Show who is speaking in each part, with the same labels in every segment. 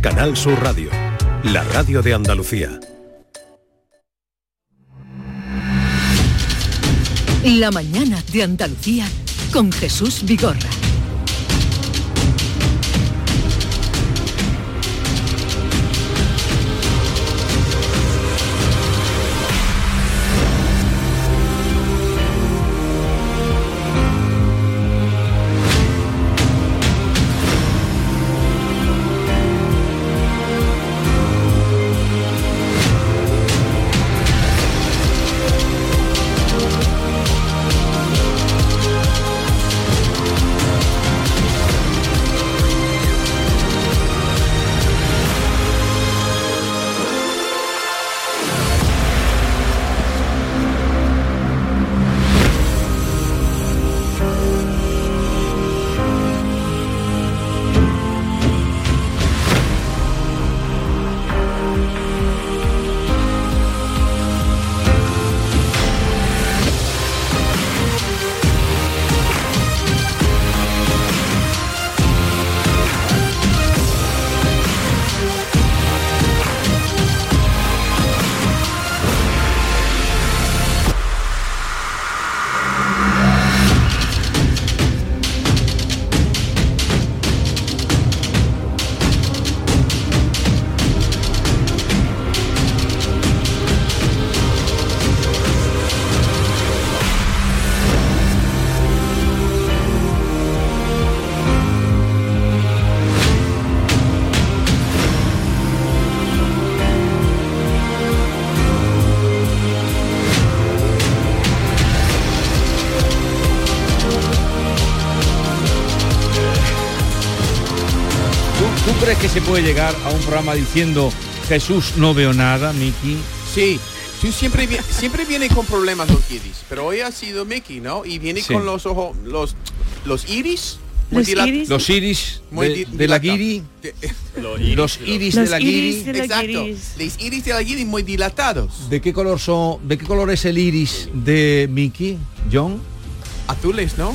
Speaker 1: Canal Sur Radio, la radio de Andalucía.
Speaker 2: La mañana de Andalucía con Jesús Vigorra.
Speaker 3: ¿Tú crees que se puede llegar a un programa diciendo Jesús no veo nada, Miki?
Speaker 4: Sí, tú siempre, vi- siempre viene con problemas los iris, pero hoy ha sido Mickey, ¿no? Y viene
Speaker 3: Sí.
Speaker 4: con los ojos, los, los iris.
Speaker 3: Los iris. Los iris de- de la guiri. Los iris de la guiri.
Speaker 4: Exacto. Los iris de la guiri muy dilatados.
Speaker 3: ¿De qué color son? ¿De qué color es el iris de Miki, John?
Speaker 4: Azules, ¿no?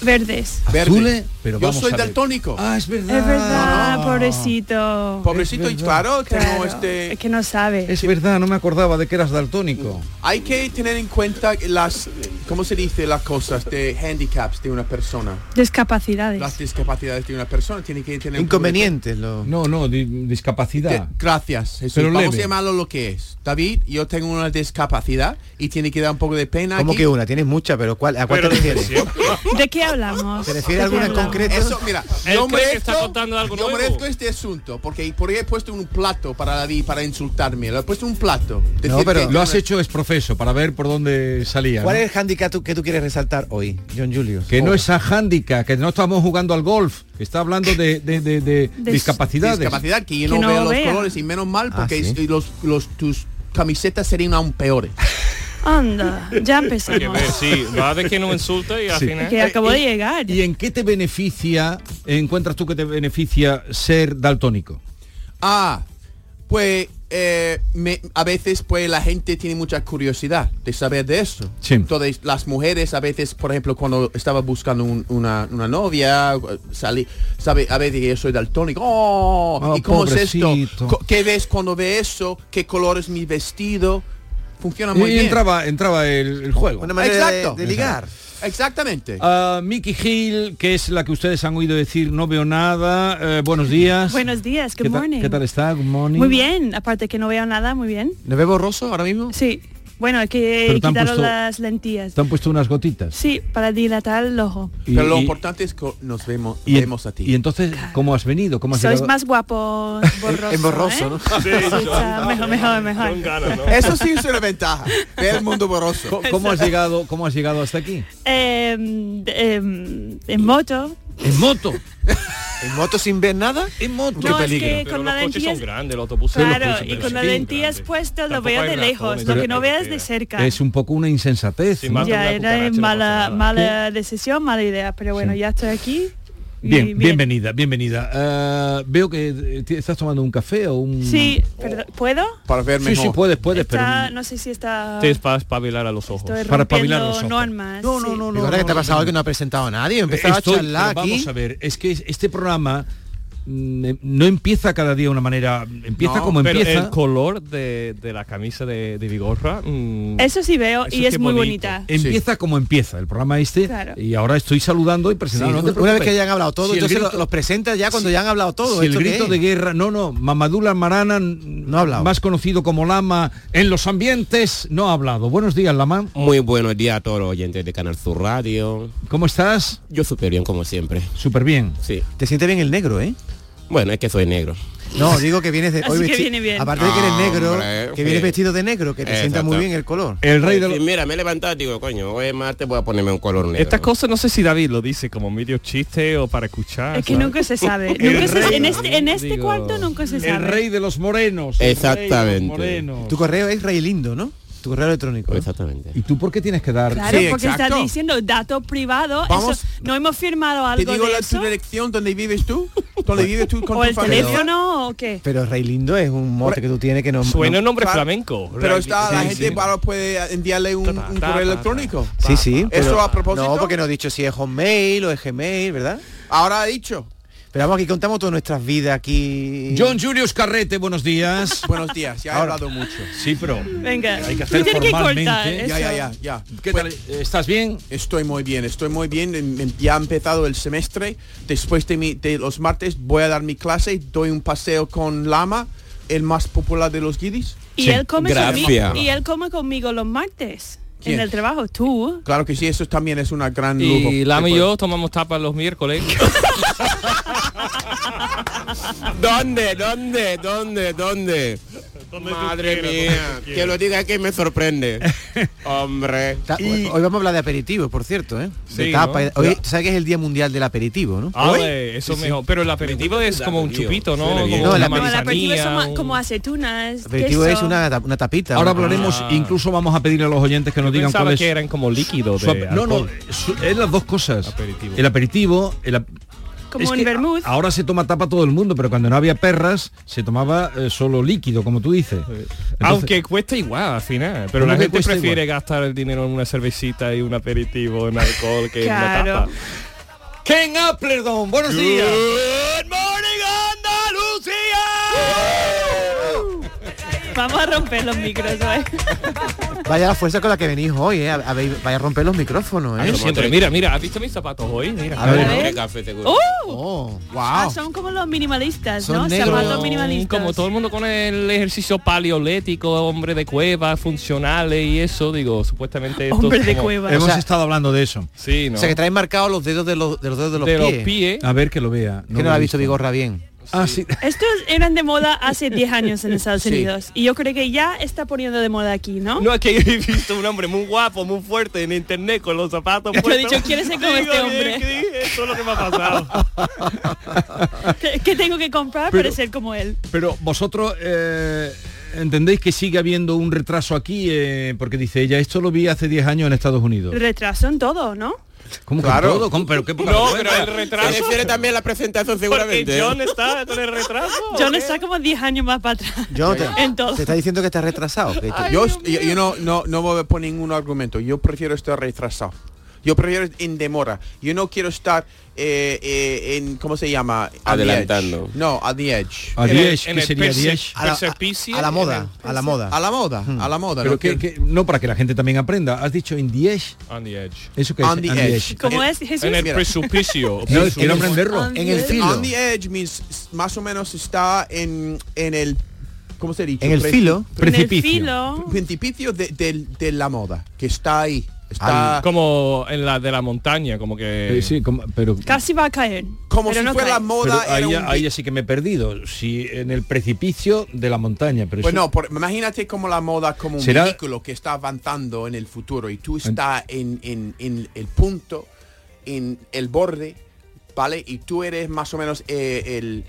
Speaker 5: Verdes.
Speaker 3: Azules, pero
Speaker 4: Yo
Speaker 3: vamos
Speaker 4: soy
Speaker 3: a ver.
Speaker 4: daltónico. Ah.
Speaker 3: Ah, es
Speaker 5: Es
Speaker 3: verdad.
Speaker 5: verdad, pobrecito.
Speaker 4: Pobrecito, y claro, tengo
Speaker 5: Claro,
Speaker 4: este...
Speaker 5: Es que no sabe.
Speaker 3: Es verdad, no me acordaba de que eras daltónico.
Speaker 4: Hay que tener en cuenta las, ¿cómo se dice? Las cosas de handicaps de una persona.
Speaker 5: Discapacidades.
Speaker 4: Las discapacidades de una persona tiene que tener...
Speaker 6: Inconvenientes, lo...
Speaker 3: No, no, di- discapacidad.
Speaker 4: Gracias, Jesús.
Speaker 3: Pero
Speaker 4: Vamos
Speaker 3: leve.
Speaker 4: a llamarlo lo que es. David, yo tengo una discapacidad y tiene que dar un poco de
Speaker 5: Ah,
Speaker 4: pena.
Speaker 6: ¿Cómo
Speaker 4: aquí.
Speaker 6: que una? Tienes mucha, pero ¿cuál, ¿a cuál te refieres?
Speaker 5: ¿De qué hablamos?
Speaker 6: ¿Te refieres a
Speaker 5: ¿De qué
Speaker 6: alguna en
Speaker 5: hablamos?
Speaker 6: concreto?
Speaker 4: Eso, mira,
Speaker 7: Él
Speaker 4: yo
Speaker 7: cree que
Speaker 4: merezco,
Speaker 7: está contando algo
Speaker 4: yo
Speaker 7: nuevo.
Speaker 4: merezco este asunto, porque por ahí he puesto un plato para David, para insultarme. Le he puesto un plato.
Speaker 6: No,
Speaker 4: Decir
Speaker 6: pero
Speaker 4: que-
Speaker 3: Lo has hecho es profeso para ver por dónde salía. ¿no?
Speaker 6: ¿Cuál es el handicap tú- que tú quieres resaltar hoy, John Julius?
Speaker 3: Que no es a handicap, que no estamos jugando al golf, que está hablando de, de- de- de
Speaker 5: De-
Speaker 3: discapacidades.
Speaker 4: discapacidad que yo
Speaker 5: Que
Speaker 4: no,
Speaker 5: no
Speaker 4: veo los
Speaker 5: vea.
Speaker 4: colores y menos mal
Speaker 6: Ah,
Speaker 4: porque
Speaker 6: ¿sí?
Speaker 4: es- los, los- tus camisetas serían aún peores.
Speaker 5: Anda, ya empezamos.
Speaker 7: Que ver, sí, va de que no insulta y al
Speaker 3: Sí. Eh,
Speaker 7: final...
Speaker 5: Que acabo de llegar.
Speaker 3: ¿Y en qué te beneficia, encuentras tú que te beneficia ser daltónico?
Speaker 4: Ah, pues eh, me- a veces pues la gente tiene mucha curiosidad de saber de eso.
Speaker 3: Sí.
Speaker 4: Entonces las mujeres a veces, por ejemplo, cuando estaba buscando un- una, una novia, salí, sabe, a veces que yo soy daltónico. Oh,
Speaker 3: Ah,
Speaker 4: ¿y cómo es
Speaker 3: pobrecito.
Speaker 4: esto? Co- ¿Qué ves cuando ve eso? ¿Qué color es mi vestido? Funciona muy
Speaker 3: y
Speaker 4: bien.
Speaker 3: entraba, entraba el, el juego.
Speaker 6: Una manera de-
Speaker 4: Exacto.
Speaker 6: de, ligar.
Speaker 4: Exactamente.
Speaker 3: Ah, Mickey Hill, que es la que ustedes han oído decir no veo nada, eh, buenos días.
Speaker 5: Buenos días, good
Speaker 3: ¿Qué, tal-
Speaker 5: morning.
Speaker 3: ¿Qué tal está? Good morning.
Speaker 5: Muy bien, aparte que no veo nada, muy bien.
Speaker 6: ¿No ve borroso ahora mismo?
Speaker 5: Sí. Bueno, hay que
Speaker 3: Pero te han
Speaker 5: quitaron
Speaker 3: puesto-
Speaker 5: las lentillas.
Speaker 3: Te han puesto unas gotitas.
Speaker 5: Sí, para dilatar el ojo.
Speaker 3: Y-
Speaker 4: Pero lo
Speaker 3: y-
Speaker 4: importante es que nos vemos,
Speaker 3: y-
Speaker 4: vemos a ti.
Speaker 3: Y entonces, ¿cómo has venido? ¿Cómo has
Speaker 5: Sois
Speaker 3: llegado?
Speaker 5: más guapo borroso.
Speaker 6: Es borroso,
Speaker 5: ¿eh?
Speaker 6: ¿no?
Speaker 7: Sí,
Speaker 5: Sí,
Speaker 7: son-
Speaker 5: está mejor, mejor, mejor.
Speaker 7: son ganas, ¿no?
Speaker 4: Eso sí es una ventaja. Ver el mundo borroso.
Speaker 3: Co- ¿Cómo has llegado? ¿Cómo has llegado hasta aquí?
Speaker 5: Em, em, en moto.
Speaker 3: En moto.
Speaker 6: ¿En moto sin ver nada?
Speaker 3: En moto.
Speaker 5: No, es
Speaker 6: peligro.
Speaker 5: que
Speaker 7: Pero
Speaker 5: con
Speaker 7: los
Speaker 5: las
Speaker 7: coches
Speaker 5: lentillas...
Speaker 7: son grandes, los autobuses los
Speaker 5: Claro,
Speaker 7: coches,
Speaker 5: y
Speaker 7: pero
Speaker 5: con
Speaker 7: sí,
Speaker 5: las
Speaker 7: son
Speaker 5: lentillas
Speaker 7: grandes.
Speaker 5: puestas lo
Speaker 7: Tampoco
Speaker 5: veo
Speaker 7: hay
Speaker 5: de
Speaker 7: razones,
Speaker 5: lejos, lo
Speaker 3: pero-
Speaker 5: que no veas de cerca.
Speaker 3: Es un poco una insensatez.
Speaker 7: Sí,
Speaker 3: ¿no?
Speaker 7: más-
Speaker 5: ya
Speaker 7: una
Speaker 5: era
Speaker 7: cucaracha, no
Speaker 5: mala,
Speaker 7: pasa nada.
Speaker 5: mala decisión, mala idea, pero bueno,
Speaker 3: Sí.
Speaker 5: ya estoy aquí. y
Speaker 3: Bien, bienvenida, bienvenida. Ah, veo que eh, ti- estás tomando un café o un...
Speaker 5: Sí, perdón, ¿puedo?
Speaker 4: Para ver
Speaker 3: Mm. sí,
Speaker 4: mejor.
Speaker 3: sí, puedes, puedes,
Speaker 5: Está-
Speaker 3: pero...
Speaker 5: No sé si está...
Speaker 7: Te es para espabilar a los ojos.
Speaker 5: estoy
Speaker 3: para espabilar
Speaker 5: rompiendo
Speaker 3: los ojos.
Speaker 5: normas.
Speaker 3: No,
Speaker 5: sí.
Speaker 3: no, no, no.
Speaker 6: Ahora que te ha pasado hoy que no ha presentado a nadie, empezaba a
Speaker 3: Estoy-
Speaker 6: charlar
Speaker 3: pero
Speaker 6: aquí.
Speaker 3: Vamos a ver, es que es- este programa mm, eh, no empieza cada día de una manera, empieza
Speaker 7: No,
Speaker 3: como
Speaker 7: pero
Speaker 3: empieza.
Speaker 7: el color Eh, de, de la camisa de, de Vigorra. mm,
Speaker 5: Eso sí veo
Speaker 7: Eso
Speaker 5: y
Speaker 7: qué
Speaker 5: es muy
Speaker 7: bonito.
Speaker 5: bonita.
Speaker 3: Empieza como empieza el programa este
Speaker 5: Claro.
Speaker 3: y ahora estoy saludando y
Speaker 6: Sí,
Speaker 3: presentando. no te
Speaker 6: una vez
Speaker 3: preocupes.
Speaker 6: que hayan hablado todo,
Speaker 4: Si el
Speaker 6: entonces lo-
Speaker 4: grito-
Speaker 6: los presentas ya cuando ya han hablado todo.
Speaker 3: Si el
Speaker 6: ¿esto qué
Speaker 3: grito
Speaker 6: es?
Speaker 3: de guerra, no, no, Mamadou Marana, no
Speaker 6: ha hablado.
Speaker 3: Más conocido como Lama en los ambientes, no ha hablado. Buenos días, Lama.
Speaker 8: Muy buenos días a todos los oyentes de Canal Sur Radio.
Speaker 3: ¿Cómo estás?
Speaker 8: Yo súper bien como siempre.
Speaker 3: Súper bien.
Speaker 8: Sí.
Speaker 6: Te siente bien el negro, ¿eh?
Speaker 8: Bueno, es que soy negro.
Speaker 6: No, digo que vienes de...
Speaker 5: Así que viene bien.
Speaker 6: Aparte de que eres
Speaker 4: Ah,
Speaker 6: negro,
Speaker 8: Hombre,
Speaker 6: que vienes
Speaker 8: sí.
Speaker 6: vestido de negro, que te sienta
Speaker 8: Exacto.
Speaker 6: muy bien el color.
Speaker 3: El rey de
Speaker 8: Sí,
Speaker 3: los...
Speaker 8: Mira, me he levantado y digo, coño, hoy es martes voy a ponerme un color negro.
Speaker 7: Estas cosas no sé si David lo dice como medio chiste o para escuchar.
Speaker 5: Es que
Speaker 7: ¿sabes?
Speaker 5: nunca se sabe.
Speaker 7: El
Speaker 5: Nunca se-
Speaker 7: rey,
Speaker 5: en este, en este
Speaker 7: digo,
Speaker 5: cuarto nunca se
Speaker 3: El
Speaker 5: sabe.
Speaker 3: rey de los morenos.
Speaker 6: Eh,
Speaker 3: el rey de los
Speaker 8: Exactamente.
Speaker 3: morenos.
Speaker 6: Tu correo es rey lindo, ¿no? Tu correo electrónico. ¿no?
Speaker 8: Exactamente.
Speaker 3: ¿Y tú por qué tienes que dar?
Speaker 5: Claro,
Speaker 4: Sí,
Speaker 5: porque
Speaker 4: exacto.
Speaker 5: está diciendo dato privado.
Speaker 4: Vamos.
Speaker 5: eso- no hemos firmado
Speaker 4: Te
Speaker 5: algo
Speaker 4: digo
Speaker 5: de
Speaker 4: la, tu
Speaker 5: eso.
Speaker 4: dirección donde vives tú, donde vives tú con
Speaker 5: O
Speaker 4: tu
Speaker 5: el
Speaker 4: familia.
Speaker 5: teléfono o qué.
Speaker 6: Pero rey lindo es un mote que tú tienes que no...
Speaker 7: Suena un
Speaker 6: no-
Speaker 7: nombre
Speaker 4: Claro,
Speaker 7: flamenco.
Speaker 4: Pero está la
Speaker 7: Sí,
Speaker 4: gente
Speaker 7: sí.
Speaker 4: ahora puede enviarle un,
Speaker 7: Ta, ta,
Speaker 4: un
Speaker 7: ta,
Speaker 4: correo
Speaker 7: ta,
Speaker 4: electrónico.
Speaker 7: ta.
Speaker 6: Sí, sí.
Speaker 4: ¿Eso
Speaker 6: pero-
Speaker 4: a propósito?
Speaker 6: No, porque no he dicho si es Hotmail o es Gmail, ¿verdad?
Speaker 4: Ahora ha dicho.
Speaker 6: Pero vamos, aquí contamos todas nuestras vidas aquí.
Speaker 3: John Julius Carrete, buenos días.
Speaker 4: Buenos días, ya he hablado mucho.
Speaker 3: Sí, pero
Speaker 5: Venga,
Speaker 3: hay que
Speaker 5: tú
Speaker 3: hacer
Speaker 5: tienes que cortar
Speaker 3: formalmente.
Speaker 5: eso.
Speaker 4: Ya, ya, ya, ya.
Speaker 3: ¿Qué
Speaker 4: Pues,
Speaker 3: tal? ¿Estás bien?
Speaker 4: Estoy muy bien, estoy muy bien. em- em- Ya ha empezado el semestre. Después de, mi- de los martes voy a dar mi clase, doy un paseo con Lama, el más popular de los guiris.
Speaker 5: Y
Speaker 3: Sí,
Speaker 5: él come
Speaker 8: gracias.
Speaker 5: conmigo. Y él come conmigo los martes.
Speaker 4: ¿Quién?
Speaker 5: En el trabajo, tú.
Speaker 4: Claro que sí, eso también es una gran lujo.
Speaker 7: Y Lama y yo tomamos tapas los miércoles.
Speaker 8: ¿Dónde? ¿Dónde? ¿Dónde? ¿Dónde? Madre mía, que lo diga que me sorprende. Hombre.
Speaker 6: Ta- Hoy vamos a hablar de aperitivos, por cierto, ¿eh? De
Speaker 7: Sí,
Speaker 6: tapa
Speaker 7: ¿no?
Speaker 6: y- Hoy, ¿tú ¿sabes que es el Día Mundial del Aperitivo, no?
Speaker 7: Ale, eso es mejor. Pero el aperitivo es como un chupito, ¿no?
Speaker 6: No,
Speaker 7: Como
Speaker 6: el
Speaker 7: una
Speaker 6: aperitivo-
Speaker 5: Como el aperitivo
Speaker 7: manzanilla,
Speaker 5: son
Speaker 7: un-
Speaker 5: como aceitunas.
Speaker 6: Aperitivo
Speaker 5: queso.
Speaker 6: es una, ta- una tapita.
Speaker 3: Ahora
Speaker 6: una-
Speaker 3: hablaremos,
Speaker 7: Ah.
Speaker 3: incluso vamos a pedirle a los oyentes que nos digan
Speaker 7: Pensaba
Speaker 3: cuál es
Speaker 7: que eran como líquido
Speaker 3: su
Speaker 7: de
Speaker 3: ap- No, no,
Speaker 7: alcohol.
Speaker 3: su- es las dos cosas.
Speaker 7: Aperitivo.
Speaker 3: El aperitivo, el ap-
Speaker 5: Como
Speaker 3: es
Speaker 5: un
Speaker 3: que
Speaker 5: vermouth.
Speaker 3: a- Ahora se toma tapa todo el mundo, pero cuando no había perras se tomaba eh, solo líquido, como tú dices. Entonces,
Speaker 7: Aunque cuesta igual al final, pero
Speaker 3: ¿Cómo
Speaker 7: la
Speaker 3: que
Speaker 7: gente
Speaker 3: cuesta
Speaker 7: prefiere gastar el dinero en una cervecita y un aperitivo en alcohol que en
Speaker 5: Claro.
Speaker 7: una tapa.
Speaker 3: Ken Appleton, buenos días.
Speaker 5: Vamos a romper los micros hoy.
Speaker 6: Vaya la fuerza con la que venís hoy, ¿eh? Habéis- Vaya a romper los micrófonos,
Speaker 5: Ah,
Speaker 7: Yo
Speaker 6: ¿eh?
Speaker 7: siempre, mira, mira, ¿has visto mis zapatos hoy? Mira.
Speaker 6: A ver.
Speaker 5: A ver.
Speaker 8: Hombre, café seguro.
Speaker 5: ¡Uh!
Speaker 6: Oh,
Speaker 5: Ah,
Speaker 6: wow.
Speaker 5: son como los minimalistas,
Speaker 6: Son
Speaker 5: ¿no?
Speaker 6: negros.
Speaker 5: Zapatos
Speaker 7: Son
Speaker 5: minimalistas.
Speaker 7: Como todo el mundo con el ejercicio paleolético, hombre de cueva, funcionales y eso, digo, supuestamente esto
Speaker 5: Hombre
Speaker 7: es
Speaker 5: de
Speaker 7: como-
Speaker 5: cueva.
Speaker 3: Hemos
Speaker 6: O sea-
Speaker 3: estado hablando de eso.
Speaker 7: Sí, ¿no?
Speaker 6: O sea, que traes marcados los dedos de los, de los dedos de los
Speaker 7: de los
Speaker 6: pies.
Speaker 7: pies.
Speaker 3: A ver que lo vea.
Speaker 6: Que no
Speaker 3: lo
Speaker 6: la
Speaker 3: he
Speaker 6: ha visto Vigorra bien.
Speaker 3: Ah, sí.
Speaker 5: Estos eran de moda hace 10 años en Estados
Speaker 4: Sí.
Speaker 5: Unidos. Y yo creo que ya está poniendo de moda aquí, ¿no?
Speaker 7: No, es que yo he visto un hombre muy guapo, muy fuerte en internet con los zapatos
Speaker 5: Yo he
Speaker 7: puestos.
Speaker 5: dicho, ¿quieres ser como
Speaker 7: Digo,
Speaker 5: este hombre?
Speaker 7: "Eh, ¿qué? Eso es lo que me ha pasado.
Speaker 5: ¿Qué qué tengo que comprar
Speaker 3: Pero-
Speaker 5: para ser como él?
Speaker 3: Pero vosotros eh, entendéis que sigue habiendo un retraso aquí, eh, porque dice ella, esto lo vi hace 10 años en Estados Unidos.
Speaker 5: Retraso en todo, ¿no?
Speaker 3: ¿Cómo que
Speaker 4: Claro.
Speaker 3: todo? ¿Cómo? Pero qué poca
Speaker 7: No,
Speaker 3: vergüenza.
Speaker 7: pero el
Speaker 8: Se
Speaker 7: retraso...
Speaker 8: refiere también a la presentación
Speaker 7: Porque
Speaker 4: ¿eh?
Speaker 8: seguramente.
Speaker 7: John está con el retraso.
Speaker 5: John está como 10 años más para atrás.
Speaker 6: Yo te,
Speaker 5: En todo.
Speaker 6: te está diciendo que estás retrasado. que tú-
Speaker 4: Yo, est- yo- yo no, no, no voy a poner ningún argumento. Yo prefiero estar retrasado. Yo prefiero en demora. Yo no quiero estar eh, eh, en, ¿cómo se llama? At the
Speaker 8: Adelantando.
Speaker 4: edge. No, a the edge.
Speaker 3: A
Speaker 7: En el-
Speaker 3: 10,
Speaker 7: en
Speaker 3: ¿qué
Speaker 7: el
Speaker 3: sería
Speaker 7: perse-
Speaker 3: 10?
Speaker 6: a, la,
Speaker 7: precipicio
Speaker 6: a la
Speaker 7: en
Speaker 6: moda, a la moda.
Speaker 4: Eh,
Speaker 6: Hmm.
Speaker 4: A la moda, a la moda.
Speaker 3: Pero
Speaker 4: no
Speaker 3: que,
Speaker 4: quiero-
Speaker 3: que- no para que la gente también aprenda. Has dicho en 10,
Speaker 7: On the edge.
Speaker 3: eso que es
Speaker 4: On the edge.
Speaker 5: ¿Cómo
Speaker 4: Eh,
Speaker 5: es Jesús?
Speaker 7: En el
Speaker 4: Mira.
Speaker 7: precipicio.
Speaker 3: No, quiero aprenderlo.
Speaker 5: On
Speaker 6: En el
Speaker 5: the-
Speaker 6: filo.
Speaker 4: On the edge means s- más o menos está en, en el ¿cómo se dice?
Speaker 6: En el filo.
Speaker 3: Precipicio.
Speaker 5: En el filo.
Speaker 4: Principio de, del- de la moda, que está ahí. Está
Speaker 7: Como en la de la montaña, como que...
Speaker 3: Eh, sí, como- pero
Speaker 5: Casi va a caer.
Speaker 4: como
Speaker 5: pero
Speaker 4: si
Speaker 5: no
Speaker 4: fuera
Speaker 5: cae.
Speaker 4: la
Speaker 3: pero
Speaker 4: moda. era
Speaker 3: ahí,
Speaker 4: un
Speaker 3: ya- ahí
Speaker 4: di-
Speaker 3: ya sí que me he perdido. Si en el precipicio de la montaña, pero
Speaker 4: pues
Speaker 3: eso-
Speaker 4: no, por- imagínate como la moda como un
Speaker 3: Será-
Speaker 4: vehículo que está avanzando en el futuro y tú estás en, en- en el punto, en el borde, ¿vale? Y tú eres más o menos eh, el,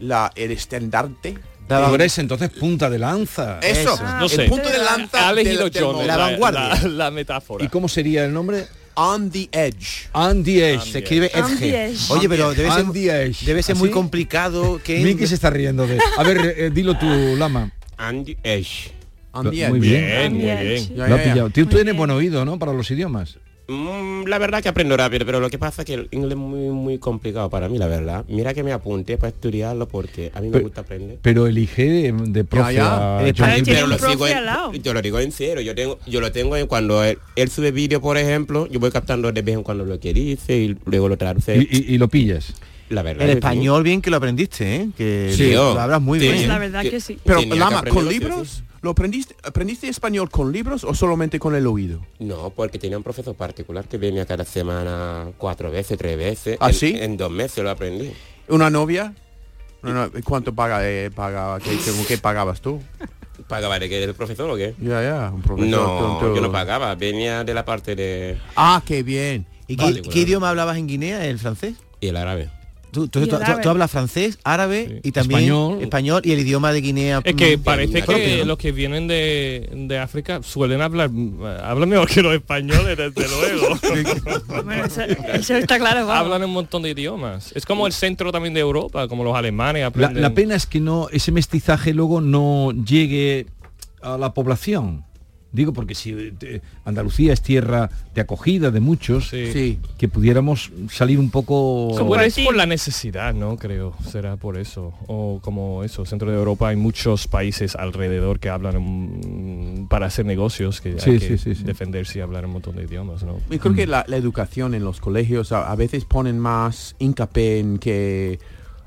Speaker 4: la, el estandarte.
Speaker 6: pues,
Speaker 3: Tú eres entonces punta de lanza.
Speaker 4: Eso,
Speaker 7: No sé.
Speaker 4: el punto de lanza
Speaker 7: ha elegido
Speaker 4: del- del
Speaker 7: John
Speaker 4: moda.
Speaker 7: la,
Speaker 6: la vanguardia.
Speaker 7: la- la metáfora.
Speaker 3: ¿Y cómo sería el nombre?
Speaker 4: On the edge.
Speaker 3: On the edge.
Speaker 6: Se escribe
Speaker 5: On
Speaker 6: edge.
Speaker 5: the edge.
Speaker 6: Oye, pero debe ser,
Speaker 3: On the edge. ¿Ah,
Speaker 6: debe ser muy
Speaker 3: ¿Así?
Speaker 6: complicado que...
Speaker 3: Miki se está riendo de. A ver, eh, dilo tú, Lama.
Speaker 8: Andy Edge.
Speaker 4: On the
Speaker 3: Muy
Speaker 4: edge.
Speaker 3: bien.
Speaker 7: Bien, muy
Speaker 5: On the
Speaker 7: bien.
Speaker 5: edge.
Speaker 4: Ya,
Speaker 3: Lo ha
Speaker 4: ya, ya.
Speaker 3: pillado. Tú
Speaker 5: Muy
Speaker 3: tienes
Speaker 5: bien.
Speaker 3: buen oído, ¿no? Para los idiomas.
Speaker 8: Mm, la verdad que aprendo rápido, pero lo que pasa es que el inglés es muy, muy complicado para mí, la verdad. Mira que me apunté para estudiarlo porque a mí me
Speaker 3: Pero-
Speaker 8: gusta aprender.
Speaker 3: Pero elige de, de profe
Speaker 4: ya.
Speaker 3: a
Speaker 6: Eh,
Speaker 3: Johnny
Speaker 5: Ahora tiene
Speaker 8: Pero
Speaker 5: un
Speaker 8: ah, lo sigo
Speaker 5: profe
Speaker 8: en-
Speaker 5: al lado.
Speaker 8: yo lo digo en serio, yo tengo, yo lo tengo en cuando él, él sube vídeo, por ejemplo, yo voy captando de vez en cuando lo que dice y luego lo traduce.
Speaker 3: y, y- y lo pillas.
Speaker 8: la verdad.
Speaker 6: El
Speaker 8: que sí.
Speaker 6: español bien que lo aprendiste, ¿eh? Que
Speaker 8: Sí,
Speaker 6: lo
Speaker 8: oh,
Speaker 6: hablas muy
Speaker 8: sí.
Speaker 5: Pues
Speaker 6: bien.
Speaker 5: la verdad que sí.
Speaker 4: Pero,
Speaker 8: Tenía que
Speaker 4: Lama, ¿con
Speaker 8: aprenderlo, sí,
Speaker 4: libros?
Speaker 8: sí.
Speaker 4: ¿Lo aprendiste, aprendiste español con libros o solamente con el oído?
Speaker 8: No, porque tenía un profesor particular que venía cada semana cuatro veces, tres veces.
Speaker 4: ¿Ah,
Speaker 8: En-
Speaker 4: sí?
Speaker 8: En, dos meses lo aprendí.
Speaker 4: ¿Una novia? No, no, ¿Cuánto paga, eh, paga, qué, según qué pagabas tú?
Speaker 8: ¿Pagaba de qué? ¿Del profesor o qué?
Speaker 4: Ya, ya, un profesor
Speaker 8: No,
Speaker 4: tonto.
Speaker 8: yo no pagaba, venía de la parte de...
Speaker 4: Ah, qué bien.
Speaker 6: ¿Y
Speaker 8: Vale,
Speaker 6: qué,
Speaker 8: bueno.
Speaker 6: qué idioma hablabas en Guinea? ¿El francés?
Speaker 8: Y el árabe.
Speaker 6: Tú, entonces
Speaker 5: Y
Speaker 6: tú,
Speaker 5: el
Speaker 6: tú-
Speaker 5: árabe.
Speaker 6: tú hablas francés, árabe
Speaker 3: Sí.
Speaker 6: y también
Speaker 3: Español.
Speaker 6: español. y el idioma de Guinea.
Speaker 7: Es
Speaker 6: mm,
Speaker 7: que parece
Speaker 8: propio,
Speaker 7: que
Speaker 6: ¿no?
Speaker 7: los que vienen de, de África suelen hablar hablan mejor que los españoles, desde luego.
Speaker 5: Bueno, eso, eso está claro. vamos.
Speaker 7: hablan un montón de idiomas. Es como el centro también de Europa, como los alemanes
Speaker 3: La,
Speaker 7: aprenden.
Speaker 3: la pena es que no ese mestizaje luego no llegue a la población. Digo porque si eh, te- Andalucía es tierra de acogida de muchos,
Speaker 7: Sí.
Speaker 4: Sí.
Speaker 3: que pudiéramos salir un poco
Speaker 7: Como era, es por la necesidad, ¿no? Creo, será por eso. O como eso, centro de Europa hay muchos países alrededor que hablan mm, para hacer negocios, que
Speaker 3: Sí,
Speaker 7: hay
Speaker 3: sí,
Speaker 7: que
Speaker 3: sí, sí.
Speaker 7: defenderse y hablar un montón de idiomas, ¿no?
Speaker 4: Yo creo
Speaker 6: Mm.
Speaker 4: que la, la educación en los colegios a, a veces ponen más hincapié en que,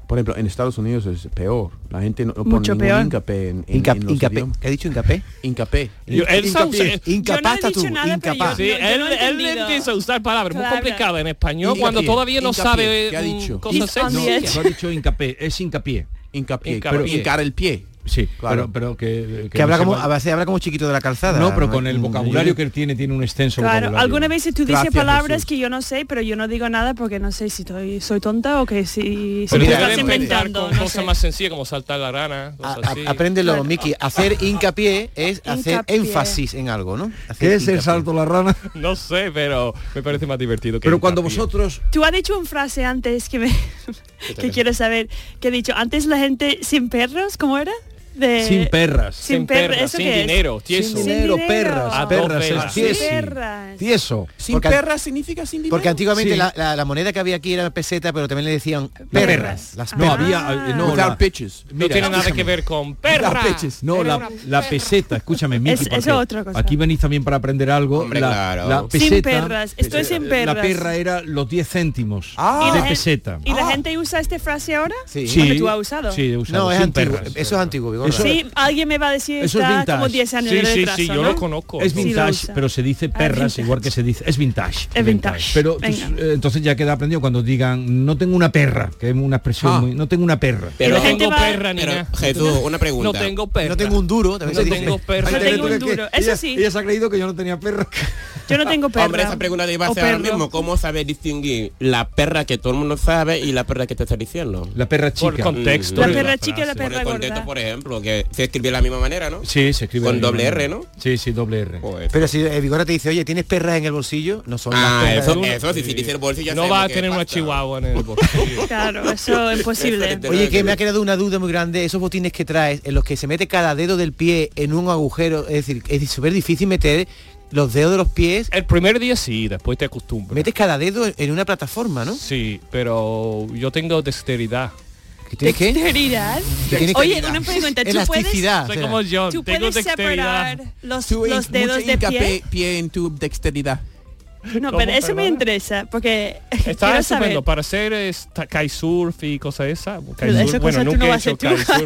Speaker 4: por ejemplo, en Estados Unidos es peor. La gente no, no pone
Speaker 5: Mucho
Speaker 4: ningún
Speaker 5: peor.
Speaker 4: hincapié en, en-
Speaker 6: Inca-
Speaker 4: en los
Speaker 6: incapé.
Speaker 4: idiomas.
Speaker 6: ¿Qué ha dicho incapé?
Speaker 4: Hincapié.
Speaker 7: Yo- él sabe-
Speaker 5: Yo no he
Speaker 6: Incapaz estás tú,
Speaker 5: dicho nada, pero
Speaker 6: incapaz.
Speaker 5: yo-
Speaker 7: Sí,
Speaker 5: no
Speaker 7: él,
Speaker 5: he
Speaker 7: él
Speaker 5: entendido.
Speaker 7: empieza a usar palabras muy
Speaker 5: Claro.
Speaker 7: complicadas en español
Speaker 4: Hincapié,
Speaker 7: cuando todavía no
Speaker 4: hincapié,
Speaker 7: sabe
Speaker 4: ¿qué ha
Speaker 7: mm,
Speaker 4: dicho?
Speaker 7: cosas
Speaker 5: Hincapié.
Speaker 3: No,
Speaker 7: sencillas.
Speaker 5: Yes.
Speaker 3: lo ha dicho hincapié, es hincapié.
Speaker 4: Hincapié.
Speaker 7: Hincapié.
Speaker 4: Pero hincar el pie.
Speaker 3: Sí,
Speaker 4: Claro.
Speaker 3: pero, pero que,
Speaker 6: Que habla
Speaker 3: no
Speaker 6: como,
Speaker 3: se
Speaker 6: a
Speaker 3: va-
Speaker 6: veces habla como chiquito de la calzada.
Speaker 3: No, pero con el
Speaker 6: Mm,
Speaker 3: vocabulario que tiene, tiene un extenso
Speaker 5: Claro,
Speaker 3: vocabulario.
Speaker 5: algunas veces tú dices
Speaker 4: Gracias,
Speaker 5: palabras
Speaker 4: Jesús.
Speaker 5: que yo no sé, pero yo no digo nada porque no sé si estoy, soy tonta o que si, si
Speaker 7: Pero
Speaker 5: me
Speaker 4: Mira,
Speaker 5: estás
Speaker 7: pueden inventar
Speaker 5: inventando.
Speaker 7: con
Speaker 5: no
Speaker 7: cosas
Speaker 5: sé.
Speaker 7: más sencillas como saltar la rana,
Speaker 6: a-
Speaker 7: cosas
Speaker 6: a-
Speaker 7: así.
Speaker 6: Apréndelo, Miki. Hacer hincapié es hacer
Speaker 5: Hincapié.
Speaker 6: énfasis en algo, ¿no? Hacer
Speaker 3: ¿Qué es el
Speaker 6: hincapié.
Speaker 3: salto a la rana?
Speaker 7: No sé, pero me parece más divertido que
Speaker 3: Pero cuando
Speaker 7: hincapié.
Speaker 3: vosotros
Speaker 5: Tú has dicho una frase antes que me que
Speaker 8: pasa?
Speaker 5: quiero saber, que he dicho, antes la gente sin perros, ¿cómo era? De
Speaker 3: sin perras,
Speaker 5: sin
Speaker 7: sin
Speaker 5: perro,
Speaker 7: perra,
Speaker 5: ¿eso
Speaker 7: sin
Speaker 5: qué es?
Speaker 7: dinero, tieso.
Speaker 5: Sin
Speaker 3: dinero,
Speaker 5: dinero.
Speaker 3: perras,
Speaker 5: A
Speaker 3: perras,
Speaker 7: tope,
Speaker 3: es
Speaker 7: sí.
Speaker 3: tiesi,
Speaker 5: Perras.
Speaker 3: tieso.
Speaker 4: Sin
Speaker 6: Porque-
Speaker 4: perra significa sin dinero.
Speaker 6: Porque antiguamente
Speaker 3: Sí.
Speaker 6: la, la- la moneda que había aquí era peseta, pero también le decían
Speaker 3: Las
Speaker 6: perras.
Speaker 3: perras.
Speaker 6: Las
Speaker 3: No
Speaker 6: perras. Ah.
Speaker 3: había, eh, no,
Speaker 4: Without
Speaker 3: la-
Speaker 4: pitches.
Speaker 7: No tiene nada que ver con perra.
Speaker 3: No, la, la peseta, escúchame, Miki,
Speaker 5: eso es
Speaker 3: porque
Speaker 5: otra cosa.
Speaker 3: Aquí venís también para aprender algo.
Speaker 8: Hombre,
Speaker 3: la,
Speaker 8: claro.
Speaker 3: la
Speaker 8: Sin
Speaker 3: peseta,
Speaker 5: perras, estoy sin
Speaker 3: La
Speaker 5: perras.
Speaker 3: perra era los 10 céntimos
Speaker 4: Ah.
Speaker 3: de
Speaker 5: gen-
Speaker 3: peseta.
Speaker 5: ¿Y la gente usa esta frase ahora?
Speaker 6: Sí.
Speaker 5: Porque tú has usado.
Speaker 3: Sí, he usado,
Speaker 6: No, es
Speaker 3: sin
Speaker 6: antiguo.
Speaker 3: perras.
Speaker 6: Eso es antiguo, Vigorra.
Speaker 3: Eso-
Speaker 5: Sí, alguien me va a decir
Speaker 3: Eso es
Speaker 5: está
Speaker 3: vintage.
Speaker 5: como 10 años
Speaker 7: Sí,
Speaker 5: de
Speaker 7: sí,
Speaker 5: retraso,
Speaker 7: sí, yo
Speaker 5: ¿no?
Speaker 7: lo conozco.
Speaker 3: Es
Speaker 5: Sí, lo
Speaker 3: vintage,
Speaker 5: usa. Ah,
Speaker 3: pero se dice perras
Speaker 5: vintage.
Speaker 3: igual que se dice es vintage.
Speaker 5: Es vintage.
Speaker 3: Pero tú-
Speaker 5: Venga.
Speaker 3: eh, entonces ya queda aprendido cuando digan no tengo una perra, que es una expresión
Speaker 4: Ah.
Speaker 3: muy no tengo una perra.
Speaker 8: Pero,
Speaker 7: no tengo
Speaker 5: va-
Speaker 7: perra ni
Speaker 8: pero,
Speaker 7: nada.
Speaker 8: Jesús, una
Speaker 7: No
Speaker 8: pregunta.
Speaker 7: tengo perra.
Speaker 6: No tengo un duro, también
Speaker 7: No
Speaker 6: se dice.
Speaker 7: tengo perra.
Speaker 5: No
Speaker 3: Ahí te
Speaker 5: tengo
Speaker 3: ves
Speaker 5: un
Speaker 3: tú que-
Speaker 5: duro,
Speaker 3: que
Speaker 5: eso
Speaker 3: ella-
Speaker 5: sí.
Speaker 3: Ella se ha creído que yo no tenía perra.
Speaker 5: Yo no tengo perra.
Speaker 8: Hombre, esa pregunta te iba a
Speaker 5: O
Speaker 8: hacer ahora
Speaker 5: perro.
Speaker 8: mismo. ¿Cómo sabes distinguir la perra que todo el mundo sabe y la perra que te está diciendo? Mm.
Speaker 3: La perra
Speaker 7: Por
Speaker 3: chica.
Speaker 7: contexto.
Speaker 5: La
Speaker 7: de
Speaker 5: perra
Speaker 7: frase.
Speaker 5: chica y la
Speaker 8: Por
Speaker 5: perra
Speaker 8: el contexto,
Speaker 5: gorda.
Speaker 8: por ejemplo, que se escribe de la misma manera, ¿no?
Speaker 3: Sí, se escribe
Speaker 8: Con
Speaker 3: de la
Speaker 8: doble
Speaker 3: misma
Speaker 8: R,
Speaker 3: manera.
Speaker 8: ¿no?
Speaker 3: Sí, sí, doble R.
Speaker 8: Pues-
Speaker 6: Pero si eh, Vigorra te dice, oye, ¿tienes perras en el bolsillo? No son las
Speaker 8: Ah,
Speaker 6: perras.
Speaker 8: eso, eso, si, si dice el bolsillo ya
Speaker 7: No
Speaker 8: sabemos
Speaker 7: va a
Speaker 8: que
Speaker 7: tener una
Speaker 8: pasa.
Speaker 7: chihuahua en el bosque.
Speaker 5: Claro, eso es imposible.
Speaker 8: Eso
Speaker 6: Oye, que me ha quedado una duda muy grande, esos botines que traes, en los que se mete cada dedo del pie en un agujero, es decir, es súper difícil meter los dedos de los pies,
Speaker 7: El primer día sí, después te acostumbras.
Speaker 6: metes cada dedo en- en una plataforma, ¿no?
Speaker 7: Sí, pero yo tengo dexteridad.
Speaker 6: ¿Qué tienes que-
Speaker 5: Dexteridad.
Speaker 6: que tienes que-
Speaker 5: Oye, una pregunta. ¿Tú puedes,
Speaker 6: Elasticidad.
Speaker 7: Soy
Speaker 6: será.
Speaker 7: como yo,
Speaker 5: tú
Speaker 7: tengo
Speaker 5: puedes
Speaker 7: dexteridad.
Speaker 5: separar los,
Speaker 4: Tú,
Speaker 5: los
Speaker 4: mucho
Speaker 5: dedos de
Speaker 4: hincapié-
Speaker 5: pie?
Speaker 4: pie en tu dexteridad.
Speaker 5: No,
Speaker 7: ¿Cómo,
Speaker 5: pero eso me
Speaker 7: perdona?
Speaker 5: interesa porque
Speaker 7: Está
Speaker 5: quiero
Speaker 7: estupendo.
Speaker 5: saber.
Speaker 7: Para hacer esta, kitesurf y cosas esas.
Speaker 5: Pero
Speaker 7: kitesurf,
Speaker 5: esa
Speaker 7: bueno,
Speaker 5: cosa tú
Speaker 7: nunca
Speaker 5: no
Speaker 7: he
Speaker 5: vas a
Speaker 7: hecho
Speaker 5: hacer tú.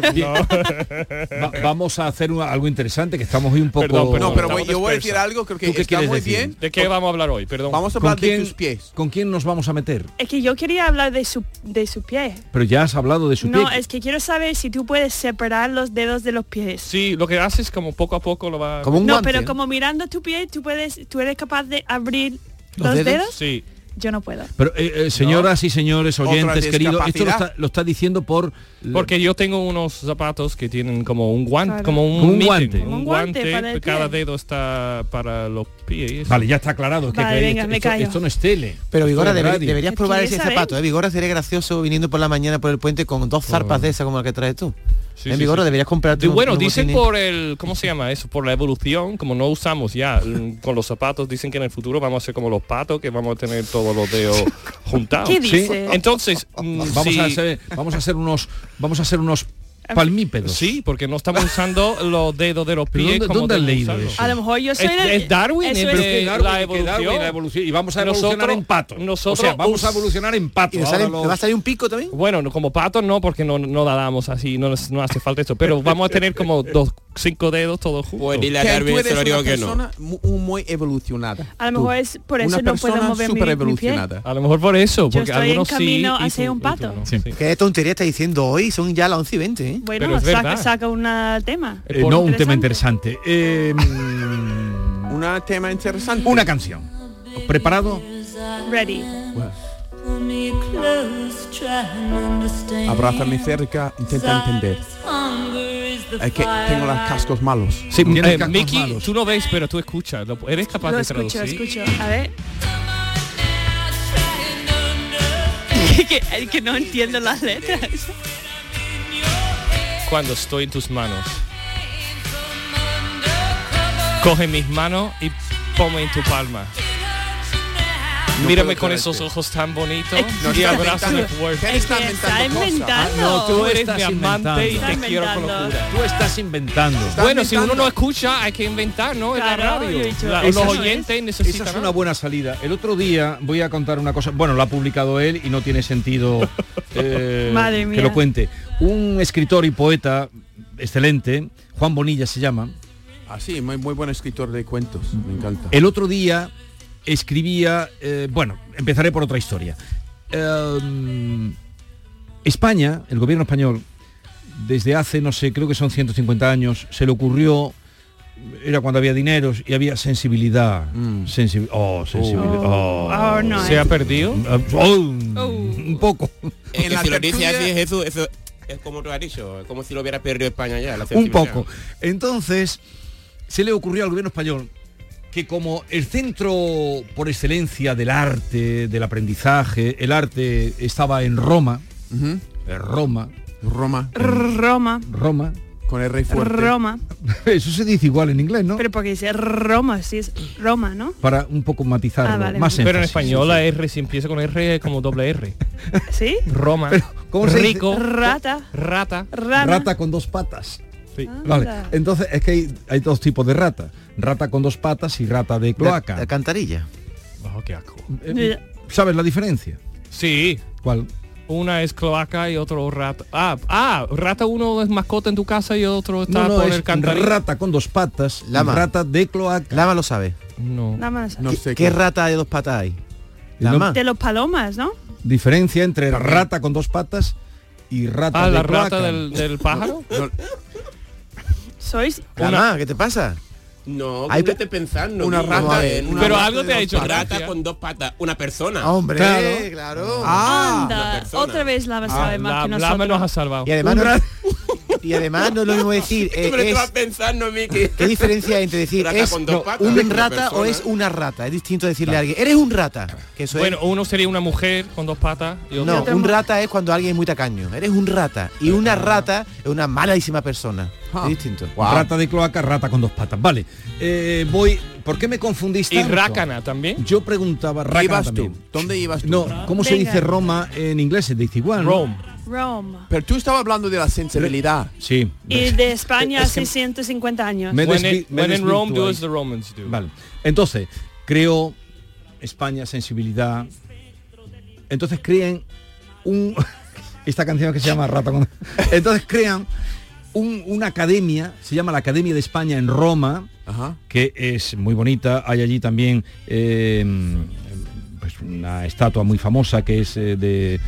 Speaker 7: kitesurf, no.
Speaker 3: Va- vamos a hacer una- algo interesante que estamos hoy un poco
Speaker 7: Perdón, perdón.
Speaker 4: No, pero
Speaker 7: estamos
Speaker 4: voy- yo voy a
Speaker 7: dispersos.
Speaker 4: decir algo, creo que
Speaker 3: ¿Tú qué
Speaker 4: está
Speaker 3: quieres
Speaker 4: muy
Speaker 3: decir?
Speaker 4: bien.
Speaker 7: ¿De qué vamos a hablar hoy? Perdón.
Speaker 4: Vamos a
Speaker 3: ¿Con
Speaker 4: hablar de
Speaker 3: quién,
Speaker 4: tus pies.
Speaker 3: ¿Con quién nos vamos a meter?
Speaker 5: Es que yo quería hablar de su de su pie.
Speaker 3: Pero ya has hablado de su
Speaker 5: No, eh,
Speaker 3: pie.
Speaker 5: es que quiero saber si tú puedes separar los dedos de los pies.
Speaker 7: Sí, lo que haces como poco a poco lo va...
Speaker 6: Como un
Speaker 5: no,
Speaker 6: guante,
Speaker 5: pero
Speaker 6: ¿no?
Speaker 5: como mirando tu pie, tú puedes, tú eres capaz de abrir
Speaker 6: ¿Los
Speaker 5: los,
Speaker 6: dedos?
Speaker 5: dedos?
Speaker 7: Sí.
Speaker 5: Yo no puedo.
Speaker 3: Pero, eh, eh, señoras y señores,
Speaker 4: Otra
Speaker 3: oyentes, queridos, esto lo
Speaker 4: discapacidad.
Speaker 3: está, lo está diciendo por...
Speaker 7: Porque yo tengo unos zapatos que tienen como un guante,
Speaker 5: Claro.
Speaker 7: como un,
Speaker 3: Como un
Speaker 7: mitten,
Speaker 3: guante.
Speaker 5: Como
Speaker 7: un
Speaker 5: un guante
Speaker 7: guante,
Speaker 5: para el
Speaker 7: cada
Speaker 5: pie.
Speaker 7: dedo está para los pies.
Speaker 3: Vale, ya está aclarado. que-
Speaker 5: Vale,
Speaker 3: que
Speaker 5: venga,
Speaker 3: esto,
Speaker 5: me
Speaker 3: esto-
Speaker 5: callo.
Speaker 3: esto no es tele.
Speaker 6: Pero Vigorra,
Speaker 3: Esto es
Speaker 6: debe-
Speaker 3: radio.
Speaker 6: deberías probar
Speaker 5: ¿Qué
Speaker 6: ese
Speaker 5: saber?
Speaker 6: zapato, ¿eh? Vigorra sería gracioso viniendo por la mañana por el puente con dos zarpas de esa como la que traes tú.
Speaker 7: Sí,
Speaker 6: en
Speaker 7: sí,
Speaker 6: Vigorra
Speaker 7: sí.
Speaker 6: deberías comprarte
Speaker 7: Y
Speaker 6: unos-
Speaker 7: bueno,
Speaker 6: unos
Speaker 7: dicen
Speaker 6: botines.
Speaker 7: por el, ¿cómo se llama eso? Por la evolución, como no usamos ya mm, con los zapatos, dicen que en el futuro vamos a ser como los patos, que vamos a tener todos los dedos juntados.
Speaker 5: ¿Qué dice?
Speaker 7: Entonces, mm,
Speaker 3: Vamos
Speaker 7: si-
Speaker 3: a hacer, vamos a hacer unos, vamos a hacer unos palmípedos.
Speaker 7: Sí, porque no estamos usando los dedos de los
Speaker 3: Pero
Speaker 7: pies
Speaker 3: ¿dónde-
Speaker 7: como
Speaker 3: dónde has
Speaker 7: debemos
Speaker 3: leído
Speaker 7: usarlos.
Speaker 3: eso?
Speaker 5: A lo mejor yo soy
Speaker 7: Es-
Speaker 5: el-
Speaker 7: es Darwin,
Speaker 5: eso
Speaker 7: pero
Speaker 5: es-
Speaker 7: que Darwin, la evolución.
Speaker 3: la evolución. Y vamos a
Speaker 7: Nosotros-
Speaker 3: evolucionar en pato.
Speaker 7: nosotros
Speaker 3: o sea, vamos a
Speaker 7: us-
Speaker 3: evolucionar en pato.
Speaker 6: ¿Y nos
Speaker 3: Ahora
Speaker 6: sale-
Speaker 3: lo-
Speaker 6: ¿Te va a salir un pico también?
Speaker 7: Bueno, no, como patos no, porque no, no nadamos así, no, nos- no hace falta esto, pero vamos a tener como dos, cinco dedos todos juntos.
Speaker 8: Pues dile a
Speaker 4: Que
Speaker 8: Darwin,
Speaker 4: tú
Speaker 8: se
Speaker 4: eres
Speaker 8: lo
Speaker 4: una
Speaker 8: digo que no.
Speaker 4: persona mu- muy evolucionada.
Speaker 5: A lo
Speaker 4: Tú.
Speaker 5: mejor es por eso
Speaker 4: una
Speaker 5: no puedo
Speaker 4: persona
Speaker 5: mover mi-
Speaker 4: súper
Speaker 5: mi pie.
Speaker 4: evolucionada.
Speaker 7: A lo mejor por eso,
Speaker 5: Yo
Speaker 7: porque
Speaker 5: estoy en
Speaker 7: algunos
Speaker 5: camino
Speaker 7: sí. y
Speaker 5: hacia
Speaker 7: tú-
Speaker 5: un
Speaker 7: y tú
Speaker 5: pato.
Speaker 7: no,
Speaker 3: Sí.
Speaker 7: sí.
Speaker 6: Qué tontería está diciendo hoy, son ya las 11 y 20, ¿eh?
Speaker 7: Pero
Speaker 5: Bueno,
Speaker 7: es
Speaker 5: saca,
Speaker 7: verdad.
Speaker 5: saca un tema.
Speaker 3: Eh, no, un tema
Speaker 5: Interesante.
Speaker 3: interesante. Eh, mm,
Speaker 4: Un tema interesante.
Speaker 3: una canción. ¿Preparado?
Speaker 5: Ready.
Speaker 4: Abrázame cerca, intenta entender. Es que tengo los cascos malos.
Speaker 7: Sí,
Speaker 3: Tiene
Speaker 7: eh,
Speaker 3: cascos
Speaker 7: Mickey,
Speaker 3: malos.
Speaker 7: tú no ves, pero tú escuchas. Lo- ¿Eres capaz
Speaker 5: Lo
Speaker 7: de
Speaker 5: escucho,
Speaker 7: traducir?
Speaker 5: escucho. A ver. que, que- que no entiendo las letras.
Speaker 7: Cuando estoy en tus manos. Coge mis manos y ponme en tu palma. Mírame
Speaker 4: puedo
Speaker 7: con
Speaker 4: creerte.
Speaker 7: esos ojos tan bonitos
Speaker 4: No
Speaker 7: y
Speaker 4: estás
Speaker 7: abrázame
Speaker 4: inventando.
Speaker 7: fuerte. Ah,
Speaker 4: ¿Qué estás
Speaker 5: que está
Speaker 4: inventando cosas?
Speaker 5: inventando.
Speaker 7: No, tú eres
Speaker 3: estás
Speaker 7: mi amante y
Speaker 3: inventando.
Speaker 7: te
Speaker 5: Está
Speaker 7: quiero con
Speaker 5: inventando.
Speaker 7: locura.
Speaker 3: Tú estás inventando.
Speaker 4: Estás
Speaker 7: Bueno, si uno
Speaker 4: inventando.
Speaker 7: no escucha, hay que inventar, ¿no? En la
Speaker 5: Claro, yo he
Speaker 7: radio.
Speaker 5: dicho,
Speaker 7: La-
Speaker 3: eso
Speaker 7: los
Speaker 3: es.
Speaker 7: oyentes
Speaker 3: Esa
Speaker 7: necesitan.
Speaker 3: es una buena salida. El otro día voy a contar una cosa. Bueno, lo ha publicado él y no tiene sentido eh,
Speaker 5: Madre
Speaker 3: que
Speaker 5: mía.
Speaker 3: lo cuente. Un escritor y poeta excelente, Juan Bonilla se llama,
Speaker 4: Ah, sí, muy, muy buen escritor de cuentos. Me encanta.
Speaker 3: el otro día escribía, eh, bueno, empezaré por otra historia. Eh, España, el gobierno español, desde hace, no sé, creo que son 150 años, se le ocurrió, era cuando había dineros y había sensibilidad.
Speaker 4: Mm.
Speaker 3: sensibil- oh, sensibilidad.
Speaker 5: Oh,
Speaker 3: oh.
Speaker 5: oh, no.
Speaker 7: ¿Se ha perdido?
Speaker 3: Oh,
Speaker 5: Oh.
Speaker 3: Un poco.
Speaker 8: Es
Speaker 4: En
Speaker 8: que
Speaker 4: la
Speaker 8: si lo dice
Speaker 4: tertulia-
Speaker 8: así, Jesús, eso es como tú has dicho, es como si lo hubiera perdido España ya. la
Speaker 3: un
Speaker 8: sensibilidad.
Speaker 3: poco. Entonces, se le ocurrió al gobierno español que como el centro por excelencia del arte, del aprendizaje, el arte estaba en Roma,
Speaker 4: Ujú.
Speaker 3: en Roma,
Speaker 4: Roma,
Speaker 5: R- Roma.
Speaker 3: Roma.
Speaker 4: con el rey fuerte.
Speaker 5: Roma.
Speaker 3: Eso se dice igual en inglés, ¿no?
Speaker 5: Pero porque dice Roma, sí es Roma, ¿no?
Speaker 3: Para un poco matizarlo,
Speaker 5: Ah, vale,
Speaker 3: más
Speaker 5: vale.
Speaker 7: Pero en
Speaker 3: énfasis.
Speaker 7: español la R si empieza con R es como doble R.
Speaker 5: ¿Sí?
Speaker 7: Roma.
Speaker 3: ¿cómo se dice?
Speaker 7: rico.
Speaker 5: Rata.
Speaker 7: Rata.
Speaker 5: Rana. Ah,
Speaker 3: Rata con dos patas.
Speaker 7: Sí.
Speaker 3: Vale,
Speaker 5: Anda.
Speaker 3: entonces es que hay, hay dos tipos de rata. Rata con dos patas y rata de
Speaker 6: La, la
Speaker 3: cloaca.
Speaker 6: cantarilla.
Speaker 7: Oh, qué asco.
Speaker 3: Eh, ¿Sabes la diferencia?
Speaker 7: Sí.
Speaker 3: ¿Cuál?
Speaker 7: Una es cloaca y otro rata. Ah, ah, rata uno es mascota en tu casa y otro está
Speaker 3: No, no,
Speaker 7: por
Speaker 3: es
Speaker 7: el cantarito.
Speaker 3: rata con dos patas, y
Speaker 6: Lama.
Speaker 3: rata de cloaca.
Speaker 6: Lama lo sabe.
Speaker 7: No.
Speaker 5: Nada más.
Speaker 4: No
Speaker 6: ¿Qué,
Speaker 4: sé
Speaker 6: qué rata de dos patas hay?
Speaker 3: El nom-
Speaker 6: Lama.
Speaker 5: De los palomas, ¿no?
Speaker 3: Diferencia entre rata con dos patas y rata
Speaker 7: Ah,
Speaker 3: de
Speaker 7: la
Speaker 3: cloaca.
Speaker 7: rata del, del pájaro.
Speaker 4: No,
Speaker 5: Sois
Speaker 6: Lama, ¿qué te pasa?
Speaker 8: No,
Speaker 6: Hay
Speaker 8: ¿qué
Speaker 6: pe-
Speaker 8: estás pensando?
Speaker 4: una
Speaker 8: Guillo?
Speaker 4: rata.
Speaker 8: Joder,
Speaker 4: una
Speaker 7: Pero
Speaker 4: rata
Speaker 7: algo
Speaker 4: de
Speaker 7: te ha
Speaker 4: dos
Speaker 7: dicho
Speaker 4: patas.
Speaker 8: rata con dos patas, una persona.
Speaker 6: Hombre,
Speaker 3: Claro.
Speaker 6: claro.
Speaker 4: Ah,
Speaker 5: Anda,
Speaker 8: persona.
Speaker 5: otra vez Lava sabe más
Speaker 7: La,
Speaker 5: que
Speaker 7: la me nos ha
Speaker 5: nosotros.
Speaker 7: salvado.
Speaker 6: Y además, no, y además no es lo mismo decir. eh,
Speaker 8: Pero
Speaker 6: es-
Speaker 8: estabas pensando, Miki.
Speaker 6: ¿Qué diferencia hay entre decir
Speaker 8: Rata
Speaker 6: es
Speaker 8: con dos
Speaker 6: no,
Speaker 8: patas, es
Speaker 6: un
Speaker 8: una
Speaker 6: rata o
Speaker 8: persona.
Speaker 6: es una rata? Es distinto decirle a alguien, eres un rata. Que eso es-
Speaker 7: Bueno, uno sería una mujer con dos patas y otro.
Speaker 6: no,
Speaker 5: Yo tengo-
Speaker 6: un rata es cuando alguien es muy tacaño. Eres un rata. Y una rata es una malísima persona.
Speaker 4: Ah.
Speaker 6: Es distinto.
Speaker 3: Rata de cloaca, rata con dos patas. Vale, eh, voy... ¿Por qué me confundiste?
Speaker 7: Y rácana también.
Speaker 3: Yo preguntaba,
Speaker 4: ¿Dónde
Speaker 3: rácana
Speaker 4: ibas tú?
Speaker 3: también.
Speaker 4: ¿Dónde ibas tú?
Speaker 3: No, ¿cómo se
Speaker 5: Venga.
Speaker 3: dice Roma en inglés? Se dice igual, ¿no?
Speaker 7: Rome.
Speaker 5: Roma.
Speaker 4: Pero tú estabas hablando de la sensibilidad.
Speaker 3: Sí.
Speaker 5: Y de España
Speaker 3: Es que-
Speaker 5: hace 150 años.
Speaker 3: Me
Speaker 7: When,
Speaker 3: desvi-
Speaker 7: it-
Speaker 3: me
Speaker 7: when in Rome do
Speaker 3: desvirtuáis.
Speaker 7: as the Romans do.
Speaker 3: Vale. Entonces, creo España, sensibilidad. Entonces creen un esta canción que se llama Rata con- Entonces crean un- una academia, se llama la Academia de España en Roma,
Speaker 4: Ajá.
Speaker 3: que es muy bonita. Hay allí también eh, pues una estatua muy famosa que es eh, de,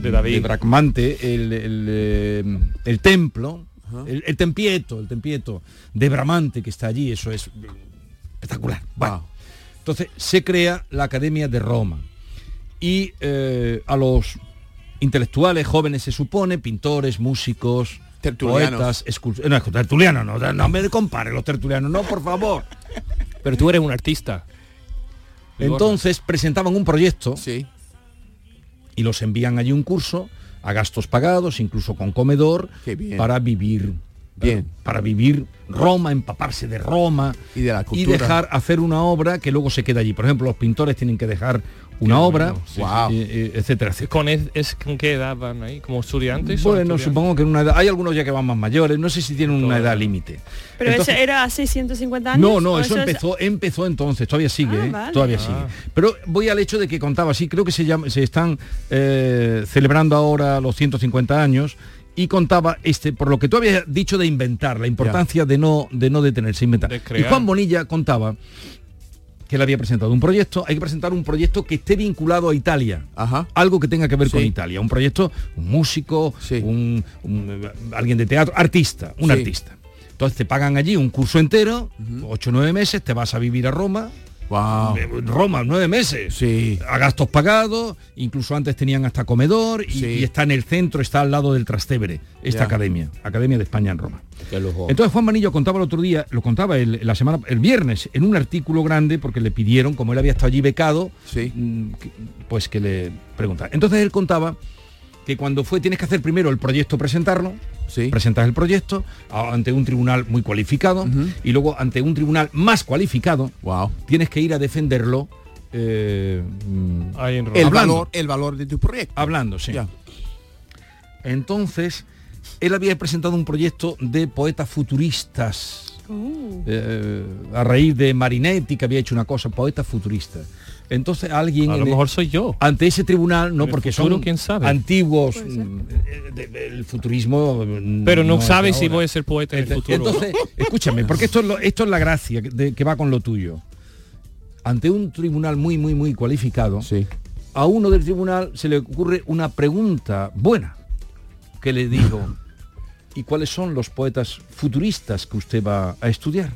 Speaker 7: De David.
Speaker 3: Bracmante, el, el, eh, el templo, el, el tempieto, el tempieto de Bramante que está allí. Eso es espectacular. Bueno,
Speaker 4: Wow.
Speaker 3: entonces se crea la Academia de Roma y eh, a los intelectuales jóvenes se supone, pintores, músicos,
Speaker 4: Tertulianos.
Speaker 3: poetas, escultores, no, escu- tertulianos, no, no me compare los tertulianos, no, por favor.
Speaker 7: Pero tú eres un artista.
Speaker 3: Entonces presentaban un proyecto
Speaker 4: Sí.
Speaker 3: y los envían allí un curso a gastos pagados, incluso con comedor,
Speaker 4: Qué bien.
Speaker 3: para vivir.
Speaker 4: Bien.
Speaker 3: Para vivir Roma, empaparse de Roma
Speaker 4: Y de la cultura.
Speaker 3: dejar hacer una obra que luego se queda allí. Por ejemplo, los pintores tienen que dejar una obra,
Speaker 7: bueno, sí,
Speaker 4: Wow.
Speaker 3: eh, eh, etcétera, etcétera.
Speaker 7: ¿Con, es, es- ¿Con qué edad van ahí? ¿Como estudiantes? ¿Son
Speaker 3: Bueno,
Speaker 7: estudiantes?
Speaker 3: supongo que en una edad, hay algunos ya que van más mayores, no sé si tienen una edad límite.
Speaker 5: Pero
Speaker 3: Entonces-
Speaker 5: eso era hace 150 años.
Speaker 3: No, no,
Speaker 5: ¿o
Speaker 3: eso
Speaker 5: es-
Speaker 3: empezó, empezó entonces, todavía sigue,
Speaker 5: Ah,
Speaker 3: ¿eh?
Speaker 5: vale.
Speaker 3: todavía sigue. Pero voy al hecho de que contaba así, creo que se, llama, se están eh, celebrando ahora los 150 años y contaba este, por lo que tú habías dicho de inventar, la importancia de no de no detenerse, inventar.
Speaker 7: De
Speaker 3: y
Speaker 7: crear.
Speaker 3: Juan Bonilla contaba que él había presentado un proyecto, hay que presentar un proyecto que esté vinculado a Italia.
Speaker 4: Ajá.
Speaker 3: Algo que tenga que ver con
Speaker 4: Sí.
Speaker 3: Italia, un proyecto, un músico,
Speaker 4: Sí.
Speaker 3: un, un- alguien de teatro, artista, un
Speaker 4: Sí.
Speaker 3: artista. Entonces te pagan allí un curso entero, ocho o nueve meses, te vas a vivir a Roma,
Speaker 4: Wow.
Speaker 3: eh, Roma, nueve meses,
Speaker 4: Sí.
Speaker 3: a gastos pagados, incluso antes tenían hasta comedor y,
Speaker 4: Sí.
Speaker 3: y está en el centro, está al lado del Trastevere, esta
Speaker 4: Ya.
Speaker 3: academia, Academia de España en Roma. Entonces Juan Manillo contaba el otro día, lo contaba el, la semana, el viernes, en un artículo grande, porque le pidieron, como él había estado allí becado,
Speaker 4: Sí.
Speaker 3: mm, que- pues que le preguntara. Entonces él contaba que cuando fue, tienes que hacer primero el proyecto, presentarlo,
Speaker 4: Sí.
Speaker 3: presentas el proyecto a- ante un tribunal muy cualificado y luego ante un tribunal más cualificado
Speaker 4: Wow.
Speaker 3: Ah, tienes que ir a defenderlo eh, mm,
Speaker 7: Ahí en Roma.
Speaker 4: El
Speaker 3: Hablando.
Speaker 4: valor, el valor de tu proyecto.
Speaker 3: hablando, sí.
Speaker 4: Ya.
Speaker 3: Entonces, él había presentado un proyecto de poetas futuristas.
Speaker 5: Uh,
Speaker 3: eh, a raíz de Marinetti, que había hecho una cosa, poetas futuristas. Entonces alguien
Speaker 7: A
Speaker 3: en
Speaker 7: lo
Speaker 3: el-
Speaker 7: mejor soy yo.
Speaker 3: ante ese tribunal, no
Speaker 7: En el
Speaker 3: porque
Speaker 7: futuro,
Speaker 3: son
Speaker 7: ¿quién sabe?
Speaker 3: antiguos,
Speaker 5: Puede ser.
Speaker 3: mm, eh, de- de- el futurismo. mm,
Speaker 7: Pero no,
Speaker 3: es de
Speaker 7: sabes si
Speaker 3: ahora.
Speaker 7: voy a ser poeta en el futuro.
Speaker 3: Entonces, escúchame, porque esto es, lo- esto es la gracia de- que va con lo tuyo. Ante un tribunal muy, muy, muy cualificado,
Speaker 4: Sí.
Speaker 3: a uno del tribunal se le ocurre una pregunta buena que le digo, ¿y cuáles son los poetas futuristas que usted va a estudiar?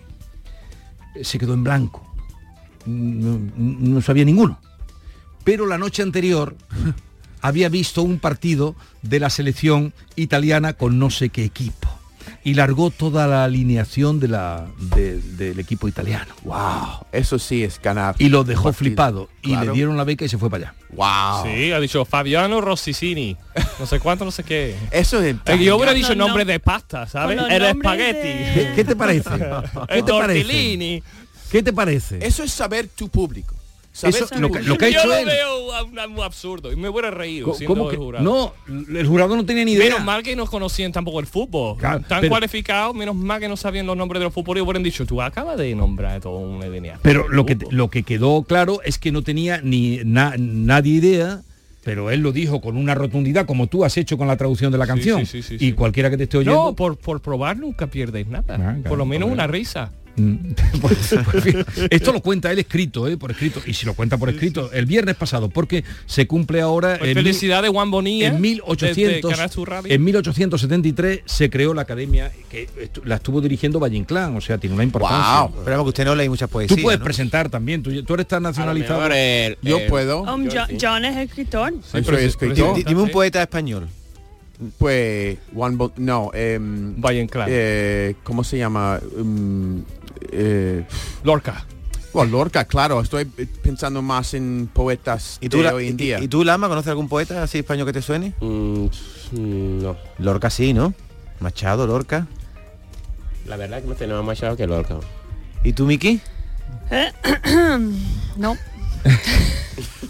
Speaker 3: Eh, Se quedó en blanco, no, no sabía ninguno. Pero la noche anterior había visto un partido de la selección italiana con no sé qué equipo y largó toda la alineación de la, de- del equipo italiano.
Speaker 4: Wow. Eso sí es ganar.
Speaker 3: Y lo dejó
Speaker 4: partido.
Speaker 3: flipado y le
Speaker 4: Claro.
Speaker 3: dieron la beca y se fue para allá.
Speaker 4: Wow.
Speaker 7: Sí, ha dicho Fabiano Rossicini. No sé cuánto, no sé qué.
Speaker 4: Eso es.
Speaker 7: Eh, Yo hubiera dicho
Speaker 5: Con los
Speaker 7: nombre
Speaker 5: nom-
Speaker 7: de pasta, ¿sabes?
Speaker 5: con los
Speaker 7: Era
Speaker 5: nombres
Speaker 7: espagueti.
Speaker 5: de-
Speaker 3: ¿Qué, qué te parece? ¿Qué te parece?
Speaker 7: Tortellini.
Speaker 3: ¿Qué te parece?
Speaker 4: Eso es saber tu público. Saber
Speaker 3: Eso-
Speaker 4: tu
Speaker 3: lo, que,
Speaker 4: público.
Speaker 3: lo que ha
Speaker 7: Yo
Speaker 3: hecho
Speaker 7: lo
Speaker 3: él.
Speaker 7: veo a- a- muy absurdo y me hubiera reído
Speaker 3: Co-
Speaker 7: siendo
Speaker 3: ¿Cómo
Speaker 7: el
Speaker 3: que-
Speaker 7: jurado.
Speaker 3: No, el jurado no tenía ni idea.
Speaker 7: Menos mal que no conocían tampoco el fútbol.
Speaker 3: Claro,
Speaker 7: Tan
Speaker 3: pero-
Speaker 7: cualificados, menos mal que no sabían los nombres de los futbolistas. Hubieran dicho, tú acabas de nombrar a todo un delineado.
Speaker 3: Pero lo que, lo que quedó claro es que no tenía ni na- nadie idea, pero él lo dijo con una rotundidad, como tú has hecho con la traducción de la canción.
Speaker 7: sí, sí, sí,
Speaker 3: y
Speaker 7: sí.
Speaker 3: cualquiera que te esté oyendo.
Speaker 7: No, por, por probar nunca pierdes nada.
Speaker 3: Ah, claro,
Speaker 7: por lo menos
Speaker 3: hombre.
Speaker 7: una risa.
Speaker 3: Mm, pues, pues, en fin, esto lo cuenta él escrito, eh, por escrito. Y si lo cuenta por escrito, el viernes pasado, porque se cumple ahora.
Speaker 7: Pues
Speaker 3: el-
Speaker 7: felicidades, Juan Bonilla.
Speaker 3: En,
Speaker 7: desde
Speaker 3: 1800,
Speaker 7: Canal Sur Radio.
Speaker 3: en 1873 se creó la academia que estu- la estuvo dirigiendo Valle Inclán, o sea, tiene una importancia.
Speaker 4: Guau.
Speaker 6: Pero vamos, que usted no lee mucha
Speaker 3: Tú
Speaker 6: poesía.
Speaker 3: puedes
Speaker 6: ¿no?
Speaker 3: presentar también, tú, tú eres tan nacionalizado.
Speaker 8: mejor el-
Speaker 4: Yo
Speaker 8: el-
Speaker 4: puedo.
Speaker 5: um, Jo- John es escritor.
Speaker 4: Soy
Speaker 7: pero Eh, sí,
Speaker 6: Di-
Speaker 4: escritor.
Speaker 6: di- Dime un poeta español.
Speaker 4: Pues Juan Bo- no, em,
Speaker 7: Valle Inclán.
Speaker 4: eh, ¿cómo se llama? Um, eh,
Speaker 7: Lorca.
Speaker 4: bueno, Lorca, claro, estoy eh, pensando más en poetas
Speaker 6: ¿Y tú,
Speaker 4: de
Speaker 6: la-
Speaker 4: hoy
Speaker 6: y,
Speaker 4: en día.
Speaker 6: y tú, Lama, conoces algún poeta así español que te suene?
Speaker 8: Mm, no.
Speaker 6: Lorca sí, ¿no? Machado, Lorca.
Speaker 8: La verdad es que no tenemos más chavo que Lorca.
Speaker 6: ¿Y tú, Miki?
Speaker 5: No.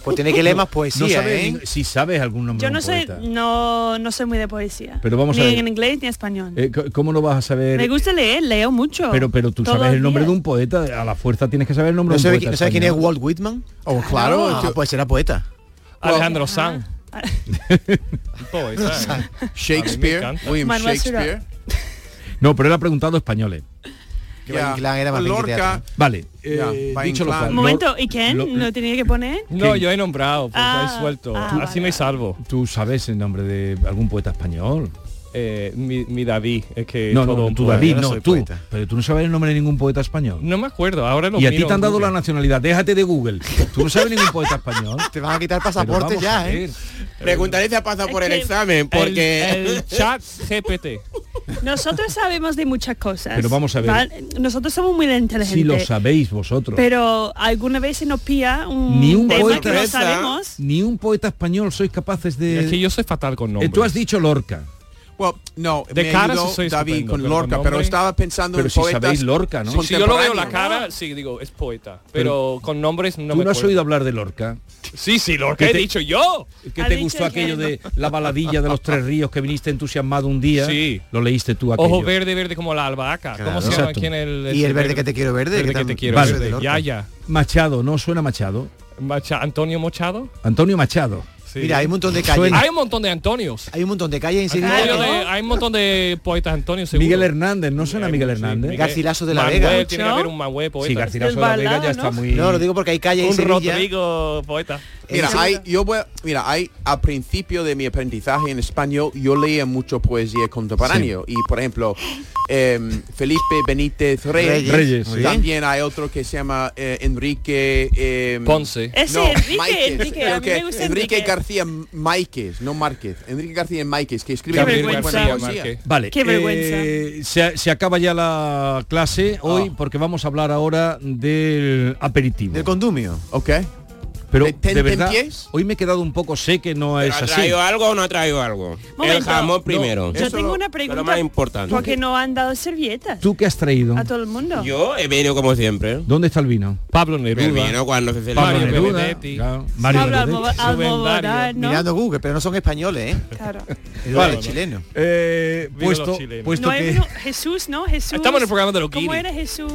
Speaker 6: Pues tiene que leer más poesía,
Speaker 3: No sabes
Speaker 6: ¿eh?
Speaker 3: ni- si sabes algún nombre
Speaker 5: Yo
Speaker 3: de
Speaker 5: no
Speaker 3: un
Speaker 5: soy,
Speaker 3: poeta.
Speaker 5: no, no soy muy de poesía.
Speaker 3: Pero vamos a
Speaker 5: ni
Speaker 3: ver.
Speaker 5: en inglés ni en español.
Speaker 3: Eh, c- ¿Cómo no vas a saber?
Speaker 5: Me gusta leer, leo mucho.
Speaker 3: Pero, pero tú
Speaker 5: Todos
Speaker 3: sabes el nombre
Speaker 5: días.
Speaker 3: de un poeta, a la fuerza tienes que saber el nombre
Speaker 6: ¿No
Speaker 3: de un
Speaker 6: sabes,
Speaker 3: poeta.
Speaker 6: qui- no sabes quién es
Speaker 3: español.
Speaker 6: Walt Whitman?
Speaker 4: oh, claro,
Speaker 6: Ah,
Speaker 4: yo-
Speaker 6: pues será poeta.
Speaker 7: Alejandro Sanz.
Speaker 5: Ah,
Speaker 7: Un poeta, ¿eh? A mí
Speaker 4: Shakespeare,
Speaker 7: me encanta.
Speaker 4: William
Speaker 5: Manuel
Speaker 4: Shakespeare.
Speaker 3: No, pero él ha preguntado españoles.
Speaker 6: Que Valle Inclán era más bien que
Speaker 4: Lorca,
Speaker 3: Vale,
Speaker 4: Ya,
Speaker 3: eh,
Speaker 4: va
Speaker 3: dicho lo
Speaker 4: inclán.
Speaker 3: cual.
Speaker 5: Un
Speaker 3: Lor-
Speaker 5: momento, ¿y quién?
Speaker 3: Lo-
Speaker 5: ¿Lo tenía que poner?
Speaker 7: No,
Speaker 3: ¿Quién?
Speaker 7: yo he nombrado, pues
Speaker 5: Ah,
Speaker 7: he suelto.
Speaker 5: ah,
Speaker 7: Así
Speaker 5: vale,
Speaker 7: me
Speaker 5: vale.
Speaker 7: salvo.
Speaker 3: Tú sabes el nombre de algún poeta español.
Speaker 7: Eh, mi, mi David, es que
Speaker 3: no,
Speaker 7: Eh, todo
Speaker 3: no,
Speaker 7: un
Speaker 3: tú
Speaker 7: poeta.
Speaker 3: David,
Speaker 6: yo no
Speaker 3: no,
Speaker 6: soy
Speaker 3: tú.
Speaker 6: poeta.
Speaker 3: Pero tú no sabes el nombre de ningún poeta español.
Speaker 7: No me acuerdo, ahora lo
Speaker 3: y a
Speaker 7: miro
Speaker 3: ti te han
Speaker 7: en
Speaker 3: dado la
Speaker 7: Google.
Speaker 3: nacionalidad. Déjate de Google. Tú no sabes ningún poeta español.
Speaker 6: Te van a quitar
Speaker 3: Pero
Speaker 6: pasaporte
Speaker 3: vamos a
Speaker 6: ya,
Speaker 3: ver.
Speaker 6: ¿eh?
Speaker 8: Preguntaré si ha pasado
Speaker 5: Es
Speaker 8: por el
Speaker 5: que
Speaker 8: examen, porque...
Speaker 7: El, el chat GPT.
Speaker 5: Nosotros sabemos de muchas cosas.
Speaker 3: Pero vamos a ver.
Speaker 5: Nosotros somos muy inteligentes.
Speaker 3: Si lo sabéis vosotros.
Speaker 5: Pero alguna vez se nos pilla un,
Speaker 3: Ni un
Speaker 5: Mm, tema
Speaker 3: poeta.
Speaker 5: que no sabemos.
Speaker 3: Ni un poeta español sois capaces de...
Speaker 7: Es que yo soy fatal con
Speaker 3: Eh,
Speaker 7: nombres.
Speaker 3: Tú has dicho Lorca,
Speaker 4: Well, no,
Speaker 7: De
Speaker 4: me
Speaker 7: cara
Speaker 4: ayudó
Speaker 7: sí soy
Speaker 4: David
Speaker 7: estupendo,
Speaker 4: con
Speaker 7: pero
Speaker 4: Lorca,
Speaker 7: con
Speaker 4: pero
Speaker 7: nombre-
Speaker 4: estaba pensando
Speaker 3: pero
Speaker 4: en
Speaker 3: si
Speaker 4: poetas.
Speaker 3: sabéis Lorca, ¿no?
Speaker 7: Si yo lo veo la
Speaker 4: contemporáneos,
Speaker 7: cara, sí digo, es poeta. Pero,
Speaker 3: Pero-
Speaker 7: con nombres no
Speaker 3: Tú
Speaker 7: me
Speaker 3: no has
Speaker 7: acuerdo.
Speaker 3: oído hablar de Lorca.
Speaker 7: Sí, sí, lo que
Speaker 3: Que
Speaker 7: he
Speaker 3: te-
Speaker 7: dicho yo.
Speaker 3: que
Speaker 5: Ha
Speaker 3: te
Speaker 5: dicho
Speaker 3: gustó
Speaker 5: que
Speaker 3: aquello
Speaker 5: no.
Speaker 3: de la baladilla de los tres ríos que viniste entusiasmado un día?
Speaker 7: Sí.
Speaker 3: Lo leíste tú aquello.
Speaker 7: Ojo verde, verde como la albahaca.
Speaker 6: Claro.
Speaker 7: ¿Cómo se llama
Speaker 3: Exacto.
Speaker 7: aquí en el,
Speaker 6: Y el verde que te quiero verde,
Speaker 7: Verde
Speaker 6: que
Speaker 7: que te
Speaker 6: tam-
Speaker 7: quiero
Speaker 3: Vale.
Speaker 7: verde.
Speaker 6: Lorca.
Speaker 7: Ya, ya.
Speaker 3: Machado, ¿no suena Machado?
Speaker 7: Macha- Antonio Mochado.
Speaker 3: Antonio Machado.
Speaker 7: Sí.
Speaker 6: Mira, hay un montón de calles.
Speaker 7: hay un montón de Antonios.
Speaker 6: Hay un montón de calles en Sevilla.
Speaker 7: Antonio
Speaker 5: Claro.
Speaker 7: de- hay un montón de poetas Antonio seguro.
Speaker 3: Miguel Hernández, ¿no suena
Speaker 7: Hay
Speaker 3: Miguel
Speaker 7: muchos, sí,
Speaker 3: Hernández?
Speaker 7: Miguel-
Speaker 6: Garcilaso de la
Speaker 7: Manuel,
Speaker 6: Vega.
Speaker 7: Tiene que haber un Manuel poeta.
Speaker 3: Sí, Garcilaso
Speaker 5: Del
Speaker 3: de la Vega ya
Speaker 5: Balao,
Speaker 3: está
Speaker 5: ¿no?
Speaker 3: muy...
Speaker 6: No, lo digo porque hay calles en
Speaker 7: un
Speaker 6: Sevilla.
Speaker 7: Rodrigo poeta.
Speaker 4: Eh, Mira,
Speaker 6: Ese-
Speaker 4: hay, yo voy, a- mira, hay al principio de mi aprendizaje en español, yo leía mucho poesía contemporánea. Y por ejemplo, em, Felipe Benítez Reyes.
Speaker 6: Reyes.
Speaker 3: Reyes, sí.
Speaker 4: También hay otro que se llama eh, Enrique em,
Speaker 7: Ponce.
Speaker 5: Ese
Speaker 4: no,
Speaker 5: Enrique,
Speaker 4: Máiquez.
Speaker 5: Enrique,
Speaker 4: Creo
Speaker 5: a mí
Speaker 4: que
Speaker 5: me gusta
Speaker 4: Enrique
Speaker 5: Enrique.
Speaker 4: García Máquez, no Márquez. Enrique García Máquez, que escribe
Speaker 5: Qué
Speaker 4: muy buena
Speaker 5: vergüenza.
Speaker 4: poesía.
Speaker 7: Márquez.
Speaker 3: Vale,
Speaker 5: Qué
Speaker 3: eh,
Speaker 5: vergüenza.
Speaker 3: se, se acaba ya la clase hoy porque vamos a hablar ahora del aperitivo.
Speaker 6: Del condumio.
Speaker 4: Ok.
Speaker 3: Pero
Speaker 4: ¿De ten-
Speaker 3: de verdad,
Speaker 4: tenpiés?
Speaker 3: hoy me he quedado un poco sé que no es
Speaker 8: ¿Ha
Speaker 3: así.
Speaker 8: traído algo o no ha traído algo? El
Speaker 5: Momento.
Speaker 8: jamón
Speaker 5: No,
Speaker 8: primero.
Speaker 5: Yo
Speaker 4: Eso
Speaker 5: tengo
Speaker 4: lo-
Speaker 5: una
Speaker 8: pero
Speaker 5: pregunta.
Speaker 8: lo más importante.
Speaker 5: ¿Por qué no han dado servilletas
Speaker 3: ¿Tú qué has traído?
Speaker 5: a todo el mundo?
Speaker 8: Yo he venido como siempre.
Speaker 3: ¿Dónde está el vino?
Speaker 7: Pablo
Speaker 8: El
Speaker 7: Neruda.
Speaker 8: vino cuando se celebra.
Speaker 3: Pablo
Speaker 7: Mario
Speaker 3: Neruda,
Speaker 7: Benedetti.
Speaker 3: claro, Mario
Speaker 5: Pablo
Speaker 3: Benedetti.
Speaker 5: Almoba- Almodovar, ¿no?
Speaker 6: Mirando Google, pero no son españoles, ¿eh?
Speaker 5: Claro.
Speaker 6: Es
Speaker 3: Vale.
Speaker 6: chileno.
Speaker 3: Eh,
Speaker 7: Viva
Speaker 3: puesto,
Speaker 7: los chilenos.
Speaker 3: puesto
Speaker 5: No hay
Speaker 3: que
Speaker 5: uno- Jesús, ¿no? Jesús.
Speaker 7: Estamos en el programa de los
Speaker 5: ¿Cómo
Speaker 7: guiris.
Speaker 5: era Jesús?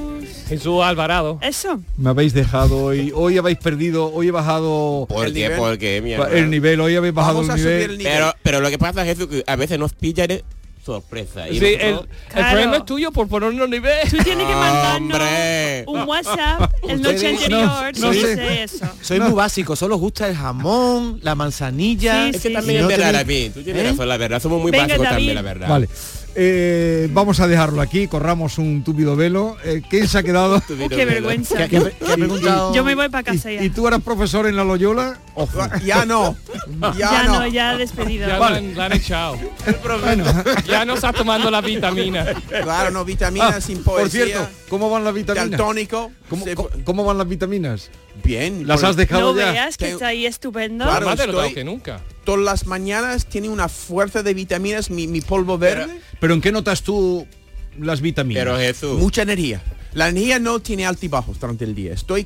Speaker 7: Jesús Alvarado.
Speaker 5: Eso.
Speaker 3: me habéis dejado hoy, hoy habéis perdido, hoy he bajado
Speaker 8: ¿Por
Speaker 4: El
Speaker 8: qué?
Speaker 4: nivel.
Speaker 8: ¿Por qué, mi hermano?
Speaker 3: el nivel, hoy habéis bajado
Speaker 4: Vamos a
Speaker 3: el
Speaker 4: subir
Speaker 3: nivel.
Speaker 4: el nivel.
Speaker 8: Pero, pero lo que pasa es que a veces nos pilla de sorpresa. Y
Speaker 7: Sí, el,
Speaker 8: nosotros-
Speaker 7: el
Speaker 5: Claro.
Speaker 7: problema es tuyo por ponernos nivel.
Speaker 5: Tú tienes que mandarnos
Speaker 8: Hombre. Ah.
Speaker 5: un WhatsApp el noche
Speaker 6: Eh, Ustedes-
Speaker 5: anterior.
Speaker 3: no, no
Speaker 5: No,
Speaker 3: sé.
Speaker 5: dice eso.
Speaker 6: Soy muy básico, solo os gusta el jamón, la manzanilla.
Speaker 5: Sí,
Speaker 8: Es que
Speaker 5: sí,
Speaker 8: también
Speaker 6: sí.
Speaker 8: es
Speaker 6: No
Speaker 8: verdad,
Speaker 6: tenéis-
Speaker 8: David. Tú tienes
Speaker 6: ¿Eh?
Speaker 8: razón, la verdad. Somos muy
Speaker 5: Venga,
Speaker 8: básicos también,
Speaker 5: David.
Speaker 8: la verdad.
Speaker 3: Vale, eh, vamos a dejarlo aquí, corramos un túpido velo. Eh, ¿Quién se ha quedado?
Speaker 8: Tú
Speaker 5: Oh,
Speaker 8: dilo,
Speaker 5: qué
Speaker 8: dilo.
Speaker 5: vergüenza.
Speaker 6: ¿Qué- qué- qué ha preguntado?
Speaker 5: Yo me voy para casa ya.
Speaker 3: ¿Y, y tú eras profesor en la Loyola? Ojo.
Speaker 4: Ya no. Ya,
Speaker 5: ya
Speaker 4: no.
Speaker 5: Ah, no, ya despedido.
Speaker 7: Ya
Speaker 3: Vale.
Speaker 7: la han- la han echado.
Speaker 3: Bueno,
Speaker 7: Ya no está tomando la vitamina.
Speaker 4: Claro, no, vitaminas
Speaker 6: Ah,
Speaker 4: sin poesía.
Speaker 3: Ah, por cierto, ¿cómo van las vitaminas?
Speaker 4: Daltónico.
Speaker 3: ¿Cómo,
Speaker 4: se-
Speaker 3: cómo- cómo van las vitaminas?
Speaker 4: Bien.
Speaker 3: ¿Las
Speaker 4: por-
Speaker 3: has dejado
Speaker 5: No
Speaker 3: ya?
Speaker 5: veas que
Speaker 4: Tengo-
Speaker 5: está ahí estupendo.
Speaker 4: Claro,
Speaker 7: Oh, Más de lo
Speaker 4: estoy-
Speaker 7: dado que nunca.
Speaker 4: Todas las mañanas tiene una fuerza de vitaminas, mi, mi polvo verde.
Speaker 3: ¿Pero en qué notas tú las vitaminas?
Speaker 8: Pero Jesús.
Speaker 4: Mucha energía. La energía no tiene altibajos durante el día. Estoy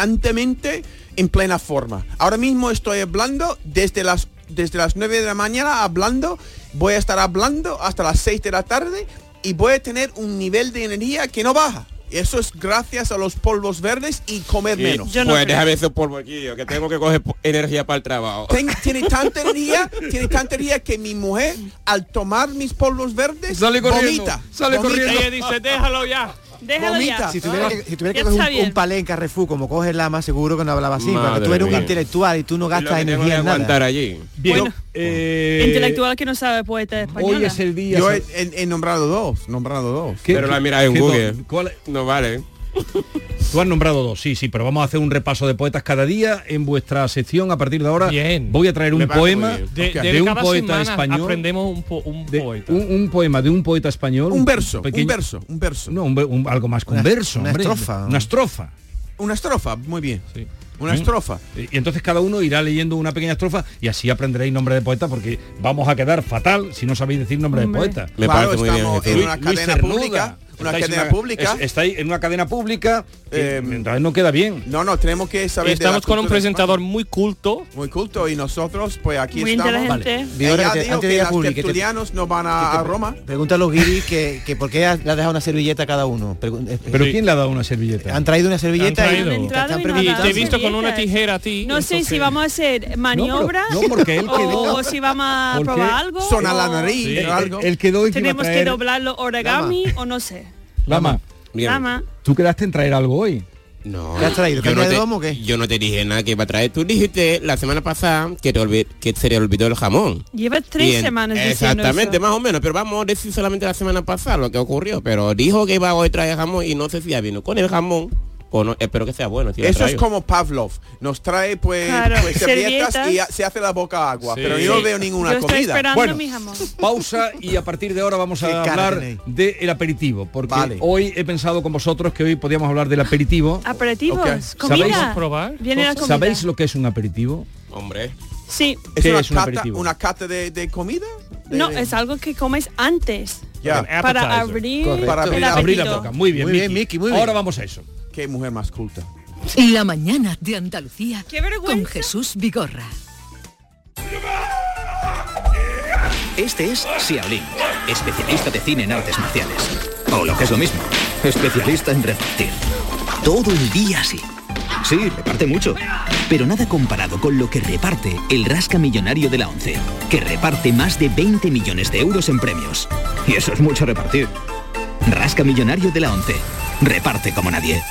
Speaker 4: constantemente en plena forma. Ahora mismo estoy hablando desde las desde las 9 de la mañana hablando, voy a estar hablando hasta las 6 de la tarde y voy a tener un nivel de energía que no baja. Eso es gracias a los polvos verdes y comer
Speaker 8: y-
Speaker 4: menos.
Speaker 5: Yo no
Speaker 8: pues
Speaker 5: creo.
Speaker 8: déjame ese polvo aquí, yo, que tengo que coger po- energía para el trabajo.
Speaker 4: Ten- tiene tanta energía, tiene tanta energía que mi mujer al tomar mis polvos verdes
Speaker 3: Sale corriendo,
Speaker 4: vomita.
Speaker 3: sale
Speaker 4: vomita.
Speaker 3: corriendo.
Speaker 7: Ella dice, déjalo ya.
Speaker 5: Déjalo
Speaker 4: Vomita.
Speaker 5: ya.
Speaker 6: Si tuviera que, si tuviera que
Speaker 5: Ya
Speaker 6: coger
Speaker 5: está
Speaker 6: un,
Speaker 5: bien.
Speaker 6: un palé en Carrefour, como coges la más seguro que no hablaba así, cuando tú
Speaker 8: Madre
Speaker 6: eres un
Speaker 8: mía.
Speaker 6: intelectual y tú no
Speaker 8: Y lo
Speaker 6: gastas
Speaker 8: que tengo que
Speaker 6: energía en
Speaker 8: aguantar
Speaker 6: nada.
Speaker 8: allí.
Speaker 3: Bien,
Speaker 5: Bueno.
Speaker 3: eh,
Speaker 5: Intelectual que no sabe poeta española.
Speaker 3: Hoy es el día.
Speaker 4: Yo he, he- he nombrado dos, nombrado dos.
Speaker 3: ¿Qué-
Speaker 8: Pero la miras en
Speaker 3: qué-
Speaker 8: Google.
Speaker 3: ¿cuál-
Speaker 8: No vale.
Speaker 3: Tú has nombrado dos, sí, sí, pero vamos a hacer un repaso de poetas cada día en vuestra sección. A partir de ahora
Speaker 7: Bien.
Speaker 3: voy a traer
Speaker 8: Me
Speaker 3: un
Speaker 8: parece
Speaker 3: poema
Speaker 8: muy bien.
Speaker 7: De,
Speaker 4: Ok.
Speaker 7: de
Speaker 3: De un
Speaker 7: cada
Speaker 3: poeta
Speaker 7: semana
Speaker 3: español.
Speaker 7: Aprendemos un, po- un
Speaker 3: de-
Speaker 7: poeta.
Speaker 3: un, un poema de un poeta español.
Speaker 4: Un verso,
Speaker 3: pequeño-
Speaker 4: un verso, un verso.
Speaker 3: No, un ve- un- algo más que un
Speaker 6: Una-
Speaker 3: verso.
Speaker 6: una
Speaker 3: hombre.
Speaker 6: estrofa.
Speaker 3: Una estrofa. ¿Eh?
Speaker 4: Una estrofa, muy bien.
Speaker 7: Sí.
Speaker 4: Una estrofa.
Speaker 3: Y y entonces cada uno irá leyendo una pequeña estrofa y así aprenderéis nombre de poeta porque vamos a quedar fatal si no sabéis decir nombre
Speaker 5: Hombre.
Speaker 3: de poeta.
Speaker 8: Me
Speaker 4: Claro,
Speaker 8: parece muy bien.
Speaker 4: estamos
Speaker 8: Jesús.
Speaker 4: en una
Speaker 3: Luis
Speaker 4: cadena
Speaker 3: Cernuda.
Speaker 4: pública, una
Speaker 3: Estáis en
Speaker 4: cadena pública.
Speaker 3: es- estáis en una cadena pública. y
Speaker 4: Eh,
Speaker 3: entonces no queda bien.
Speaker 4: No, no, tenemos que saber. de la
Speaker 7: Estamos con un
Speaker 4: cultura
Speaker 7: presentador
Speaker 4: española.
Speaker 7: muy culto.
Speaker 4: muy culto y nosotros, pues aquí
Speaker 5: Muy
Speaker 4: estamos.
Speaker 5: inteligente.
Speaker 4: Vale.
Speaker 6: Vigor,
Speaker 4: Ella
Speaker 6: que te-
Speaker 4: dijo
Speaker 6: antes de
Speaker 4: que
Speaker 6: ir a
Speaker 4: los
Speaker 6: Publi, que te-
Speaker 4: tertulianos eh, no van a, a Roma.
Speaker 6: Pregunta a los guiris que, que por qué ha- le has dejado una servilleta a cada uno. Pregun- eh,
Speaker 3: Pero
Speaker 7: Sí.
Speaker 3: ¿quién le ha dado una servilleta?
Speaker 6: Han traído una servilleta
Speaker 7: Han
Speaker 6: y
Speaker 7: traído.
Speaker 6: te están
Speaker 5: Y no
Speaker 7: Y
Speaker 5: Ah,
Speaker 7: te he
Speaker 5: sí,
Speaker 6: preguntando.
Speaker 7: visto con una
Speaker 5: sí.
Speaker 7: tijera a ti.
Speaker 5: No sé
Speaker 7: entonces-
Speaker 5: si vamos a hacer maniobras
Speaker 3: no, porque él quedó.
Speaker 5: o, o si vamos a
Speaker 3: Porque
Speaker 5: probar algo.
Speaker 4: Son a la
Speaker 5: o
Speaker 4: nariz
Speaker 7: Sí.
Speaker 4: o algo.
Speaker 3: Él quedó en que iba a
Speaker 5: Tenemos que
Speaker 3: traer-
Speaker 5: doblar los origami o no sé.
Speaker 3: Lama,
Speaker 8: Bien.
Speaker 5: Lama.
Speaker 3: tú quedaste en traer algo hoy.
Speaker 8: No.
Speaker 6: ¿Qué has
Speaker 8: Yo
Speaker 6: traído? ¿Caña
Speaker 8: no,
Speaker 6: de
Speaker 8: te,
Speaker 6: domo o qué?
Speaker 8: yo no te dije nada que iba a traer. Tú dijiste la semana pasada que, te olvi- que se le olvidó el jamón.
Speaker 5: Lleva tres
Speaker 8: Y en-
Speaker 5: semanas diciendo
Speaker 8: Exactamente,
Speaker 5: eso.
Speaker 8: más o menos. Pero vamos a decir solamente la semana pasada lo que ocurrió. Pero dijo que iba a hoy traer jamón y no sé si ya vino con el jamón o o no, espero que sea bueno. tío, la
Speaker 4: Eso es
Speaker 8: traigo.
Speaker 4: como Pavlov. Nos trae pues,
Speaker 5: Claro,
Speaker 4: pues servilletas y
Speaker 5: servilletas.
Speaker 4: ha- se hace la boca agua.
Speaker 9: Sí.
Speaker 4: Pero yo no
Speaker 9: Sí.
Speaker 4: veo ninguna
Speaker 5: Yo estoy
Speaker 4: comida.
Speaker 5: esperando
Speaker 3: Bueno.
Speaker 5: mi jamón.
Speaker 3: Pausa y a partir de ahora vamos
Speaker 10: Qué
Speaker 3: a
Speaker 10: cara
Speaker 3: hablar
Speaker 10: tenéis.
Speaker 3: del aperitivo, porque
Speaker 4: Vale.
Speaker 3: hoy he pensado con vosotros que hoy podíamos hablar del aperitivo.
Speaker 5: Aperitivos,
Speaker 4: Ok.
Speaker 5: comida.
Speaker 9: ¿Sabéis probar
Speaker 5: Viene la comida.
Speaker 3: ¿Sabéis lo que es un aperitivo?
Speaker 8: Hombre.
Speaker 5: Sí.
Speaker 4: ¿Es
Speaker 3: ¿Qué
Speaker 4: una,
Speaker 3: es un
Speaker 4: cata,
Speaker 3: aperitivo?
Speaker 4: una cata de, de comida? De-
Speaker 5: No, es algo que comes antes
Speaker 4: Ya.
Speaker 9: An
Speaker 5: para
Speaker 9: appetizer.
Speaker 5: abrir
Speaker 4: Correcto. Para
Speaker 5: el
Speaker 4: abrir-
Speaker 3: Abrir la
Speaker 5: apetito.
Speaker 3: boca. Muy bien,
Speaker 10: Muy bien, Miki, muy bien.
Speaker 3: Ahora vamos a eso.
Speaker 4: Qué mujer más culta.
Speaker 11: La mañana de Andalucía
Speaker 5: ¡Qué vergüenza!
Speaker 11: con Jesús Vigorra.
Speaker 12: Este es Xiaolin, especialista de cine en artes marciales. O lo que es lo mismo, especialista en repartir. Todo el día así. Sí, reparte mucho. Pero nada comparado con lo que reparte el rasca millonario de la ONCE, que reparte más de 20 millones de euros en premios. Y eso es mucho repartir. Rasca millonario de la ONCE. Reparte como nadie.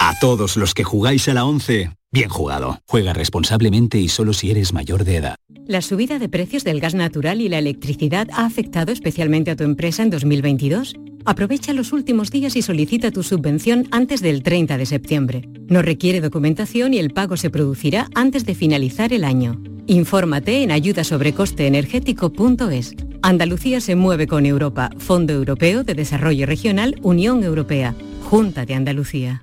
Speaker 12: A todos los que jugáis a la ONCE, bien jugado. Juega responsablemente y solo si eres mayor de edad.
Speaker 13: La subida de precios del gas natural y la electricidad ha afectado especialmente a tu empresa en 2022. Aprovecha los últimos días y solicita tu subvención antes del 30 de septiembre. No requiere documentación y el pago se producirá antes de finalizar el año. Infórmate en ayudasobrecosteenergético.es. Andalucía se mueve con Europa, Fondo Europeo de Desarrollo Regional, Unión Europea, Junta de Andalucía.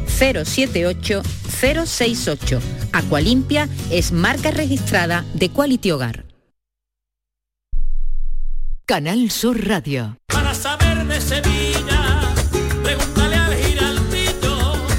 Speaker 11: 078 068. Aqualimpia es marca registrada de Quality Hogar. Canal Sur Radio.
Speaker 14: Mm.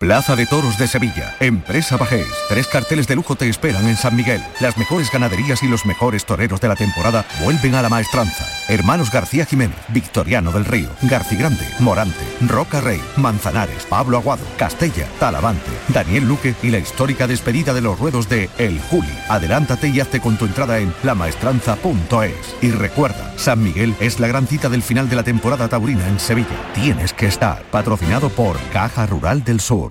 Speaker 12: Plaza de Toros de Sevilla, Empresa Bajés. Tres carteles de lujo te esperan en San Miguel. Las mejores ganaderías y los mejores toreros de la temporada vuelven a la maestranza. Hermanos García Jiménez, Victoriano del Río, Garci Grande, Morante, Roca Rey, Manzanares, Pablo Aguado, Castella, Talavante, Daniel Luque y la histórica despedida de los ruedos de El Juli. Adelántate y hazte con tu entrada en lamaestranza.es. Y recuerda, San Miguel es la gran cita del final de la temporada taurina en Sevilla. Tienes que estar. Patrocinado por Caja Rural del Sur.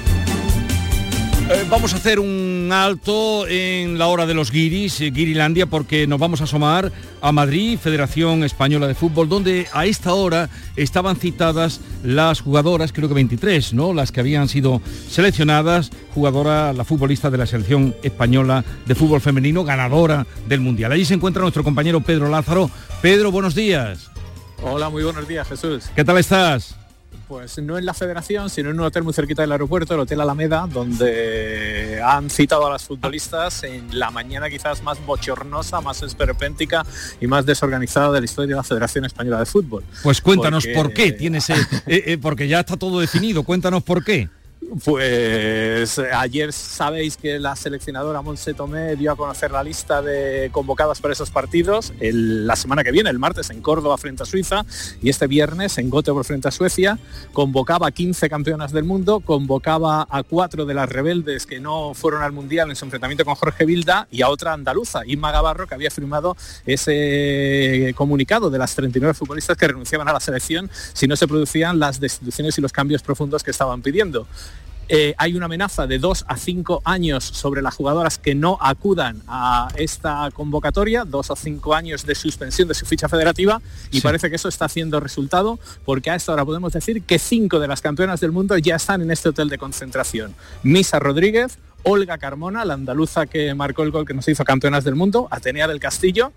Speaker 3: Eh, vamos a hacer un alto en la hora de los guiris, eh, Guirilandia, porque nos vamos a asomar a Madrid, Federación Española de Fútbol, donde a esta hora estaban citadas las jugadoras, creo que 23, ¿no? Las que habían sido seleccionadas, jugadora, la futbolista de la selección española de fútbol femenino, ganadora del Mundial. Allí se encuentra nuestro compañero Pedro Lázaro. Pedro, buenos días.
Speaker 14: Hola, muy buenos días, Jesús.
Speaker 3: ¿Qué tal estás?
Speaker 14: Pues no en la federación, sino en un hotel muy cerquita del aeropuerto, el Hotel Alameda, donde han citado a las futbolistas en la mañana quizás más bochornosa, más esperpéntica y más desorganizada de la historia de la Federación Española de Fútbol.
Speaker 3: Pues cuéntanos por qué tienes... eh, eh, porque ya está todo definido, cuéntanos por qué.
Speaker 14: Pues eh, ayer sabéis que la seleccionadora Monse Tomé dio a conocer la lista de convocadas para esos partidos el- la semana que viene, el martes en Córdoba frente a Suiza y este viernes en Göteborg frente a Suecia. Convocaba a 15 campeonas del mundo, convocaba a cuatro de las rebeldes que no fueron al Mundial en su enfrentamiento con Jorge Vilda y a otra andaluza, Inma Gavarro, que había firmado ese comunicado de las 39 futbolistas que renunciaban a la selección si no se producían las destituciones y los cambios profundos que estaban pidiendo. Eh, hay una amenaza de 2 a 5 años sobre las jugadoras que no acudan a esta convocatoria, 2 a 5 años de suspensión de su ficha federativa y parece que eso está haciendo resultado porque a esta hora podemos decir que 5 de las campeonas del mundo ya están en este hotel de concentración. Misa Rodríguez, Olga Carmona, la andaluza que marcó el gol que nos hizo campeonas del mundo, Atenea del Castillo,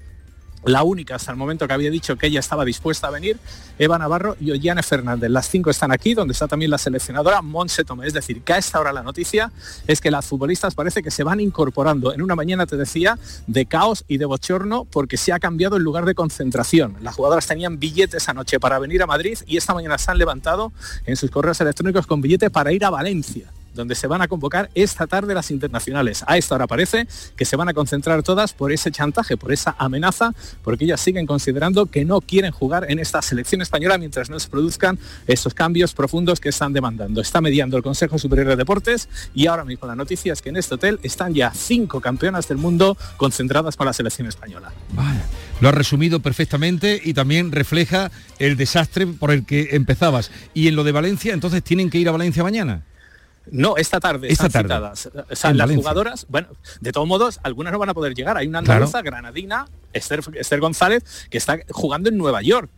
Speaker 14: la única hasta el momento que había dicho que ella estaba dispuesta a venir, Eva Navarro y Ollane Fernández. Las cinco están aquí, donde está también la seleccionadora Monse Tomé. Es decir, que a esta hora la noticia es que las futbolistas parece que se van incorporando. En una mañana, te decía, de caos y de bochorno, porque se ha cambiado el lugar de concentración. Las jugadoras tenían billetes anoche para venir a Madrid y esta mañana se han levantado en sus correos electrónicos con billetes para ir a Valencia donde se van a convocar esta tarde las internacionales. A esta hora parece que se van a concentrar todas por ese chantaje, por esa amenaza, porque ellas siguen considerando que no quieren jugar en esta selección española mientras no se produzcan esos cambios profundos que están demandando. Está mediando el Consejo Superior de Deportes y ahora mismo la noticia es que en este hotel están ya cinco campeonas del mundo concentradas con la selección española.
Speaker 3: Lo has resumido perfectamente y también refleja el desastre por el que empezabas. Y en lo de Valencia, entonces tienen que ir a Valencia mañana.
Speaker 14: No, esta tarde
Speaker 3: Esta
Speaker 14: están
Speaker 3: tarde.
Speaker 14: citadas. O sea,
Speaker 3: En
Speaker 14: las
Speaker 3: Valencia.
Speaker 14: jugadoras, bueno, de todos modos, algunas no van a poder llegar. Hay una andaluza, granadina, Esther, Esther González, que está jugando en Nueva York.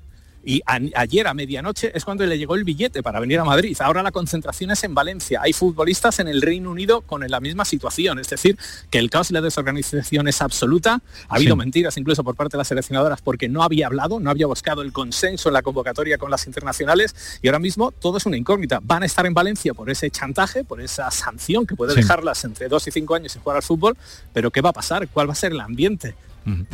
Speaker 14: Y a- ayer a medianoche es cuando le llegó el billete para venir a Madrid. Ahora la concentración es en Valencia. Hay futbolistas en el Reino Unido con la misma situación. Es decir, que el caos y la desorganización es absoluta. Ha habido
Speaker 3: Sí.
Speaker 14: mentiras incluso por parte de las seleccionadoras porque no había hablado, no había buscado el consenso en la convocatoria con las internacionales y ahora mismo todo es una incógnita. Van a estar en Valencia por ese chantaje, por esa sanción que puede
Speaker 3: Sí.
Speaker 14: dejarlas entre dos y cinco años sin jugar al fútbol, pero ¿qué va a pasar? ¿Cuál va a ser el ambiente?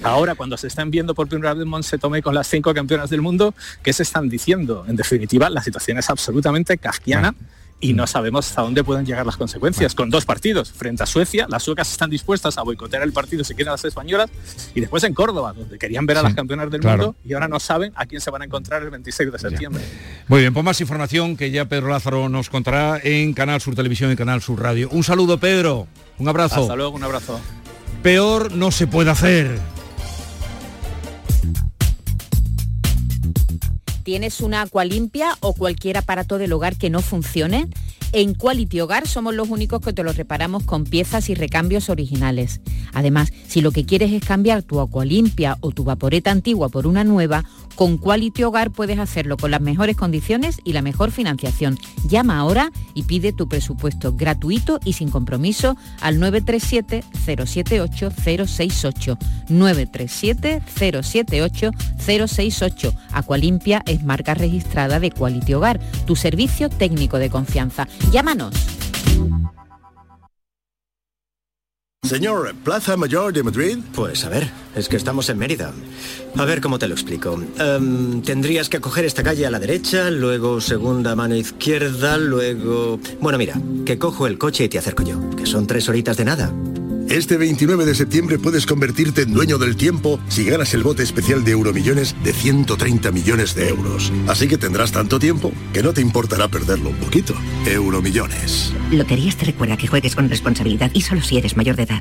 Speaker 14: Ahora, cuando se están viendo por primera vez Monse Tomé con las cinco campeonas del mundo, ¿qué se están diciendo? En definitiva, la situación es absolutamente kafkiana y no sabemos hasta dónde pueden llegar las consecuencias. Con dos partidos, frente a Suecia, las suecas están dispuestas a boicotear el partido si quieren las españolas, y después en Córdoba, donde querían ver a las campeonas del
Speaker 3: claro.
Speaker 14: mundo y ahora no saben a quién se van a encontrar el 26 de septiembre.
Speaker 3: Muy bien, pues más información que ya Pedro Lázaro nos contará en Canal Sur Televisión y Canal Sur Radio. Un saludo, Pedro. Un abrazo.
Speaker 14: Hasta luego, un abrazo.
Speaker 3: Peor no se puede hacer.
Speaker 11: ¿Tienes una agua limpia o cualquier aparato del hogar que no funcione? En Quality Hogar somos los únicos que te lo reparamos con piezas y recambios originales. Además, si lo que quieres es cambiar tu agua limpia o tu vaporeta antigua por una nueva, con Quality Hogar puedes hacerlo con las mejores condiciones y la mejor financiación. Llama ahora y pide tu presupuesto gratuito y sin compromiso al 937-078-068. 937-078-068. Aqualimpia es marca registrada de Quality Hogar, tu servicio técnico de confianza. Llámanos.
Speaker 15: Señor, Plaza Mayor de Madrid. Pues a ver, es que estamos en Mérida. A ver cómo te lo explico. Em, tendrías que coger esta calle a la derecha, luego segunda mano izquierda, luego... Bueno, mira, que cojo el coche y te acerco yo, que son tres horitas de nada.
Speaker 16: Este 29 de septiembre puedes convertirte en dueño del tiempo si ganas el bote especial de Euromillones de 130 millones de euros. Así que tendrás tanto tiempo que no te importará perderlo un poquito. Euromillones.
Speaker 17: Loterías te recuerda que juegues con responsabilidad y solo si eres mayor de edad.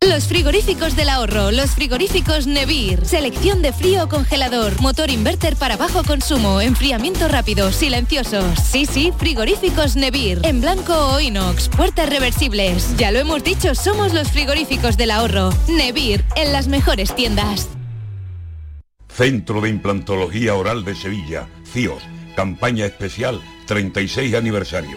Speaker 18: Los frigoríficos del ahorro, los frigoríficos Nevir, selección de frío o congelador, motor inverter para bajo consumo, enfriamiento rápido, silenciosos. Sí, sí, frigoríficos Nevir, en blanco o inox, puertas reversibles. Ya lo hemos dicho, somos los frigoríficos del ahorro. Nevir, en las mejores tiendas.
Speaker 1: Centro de Implantología Oral de Sevilla, CIOS, campaña especial 36 aniversario.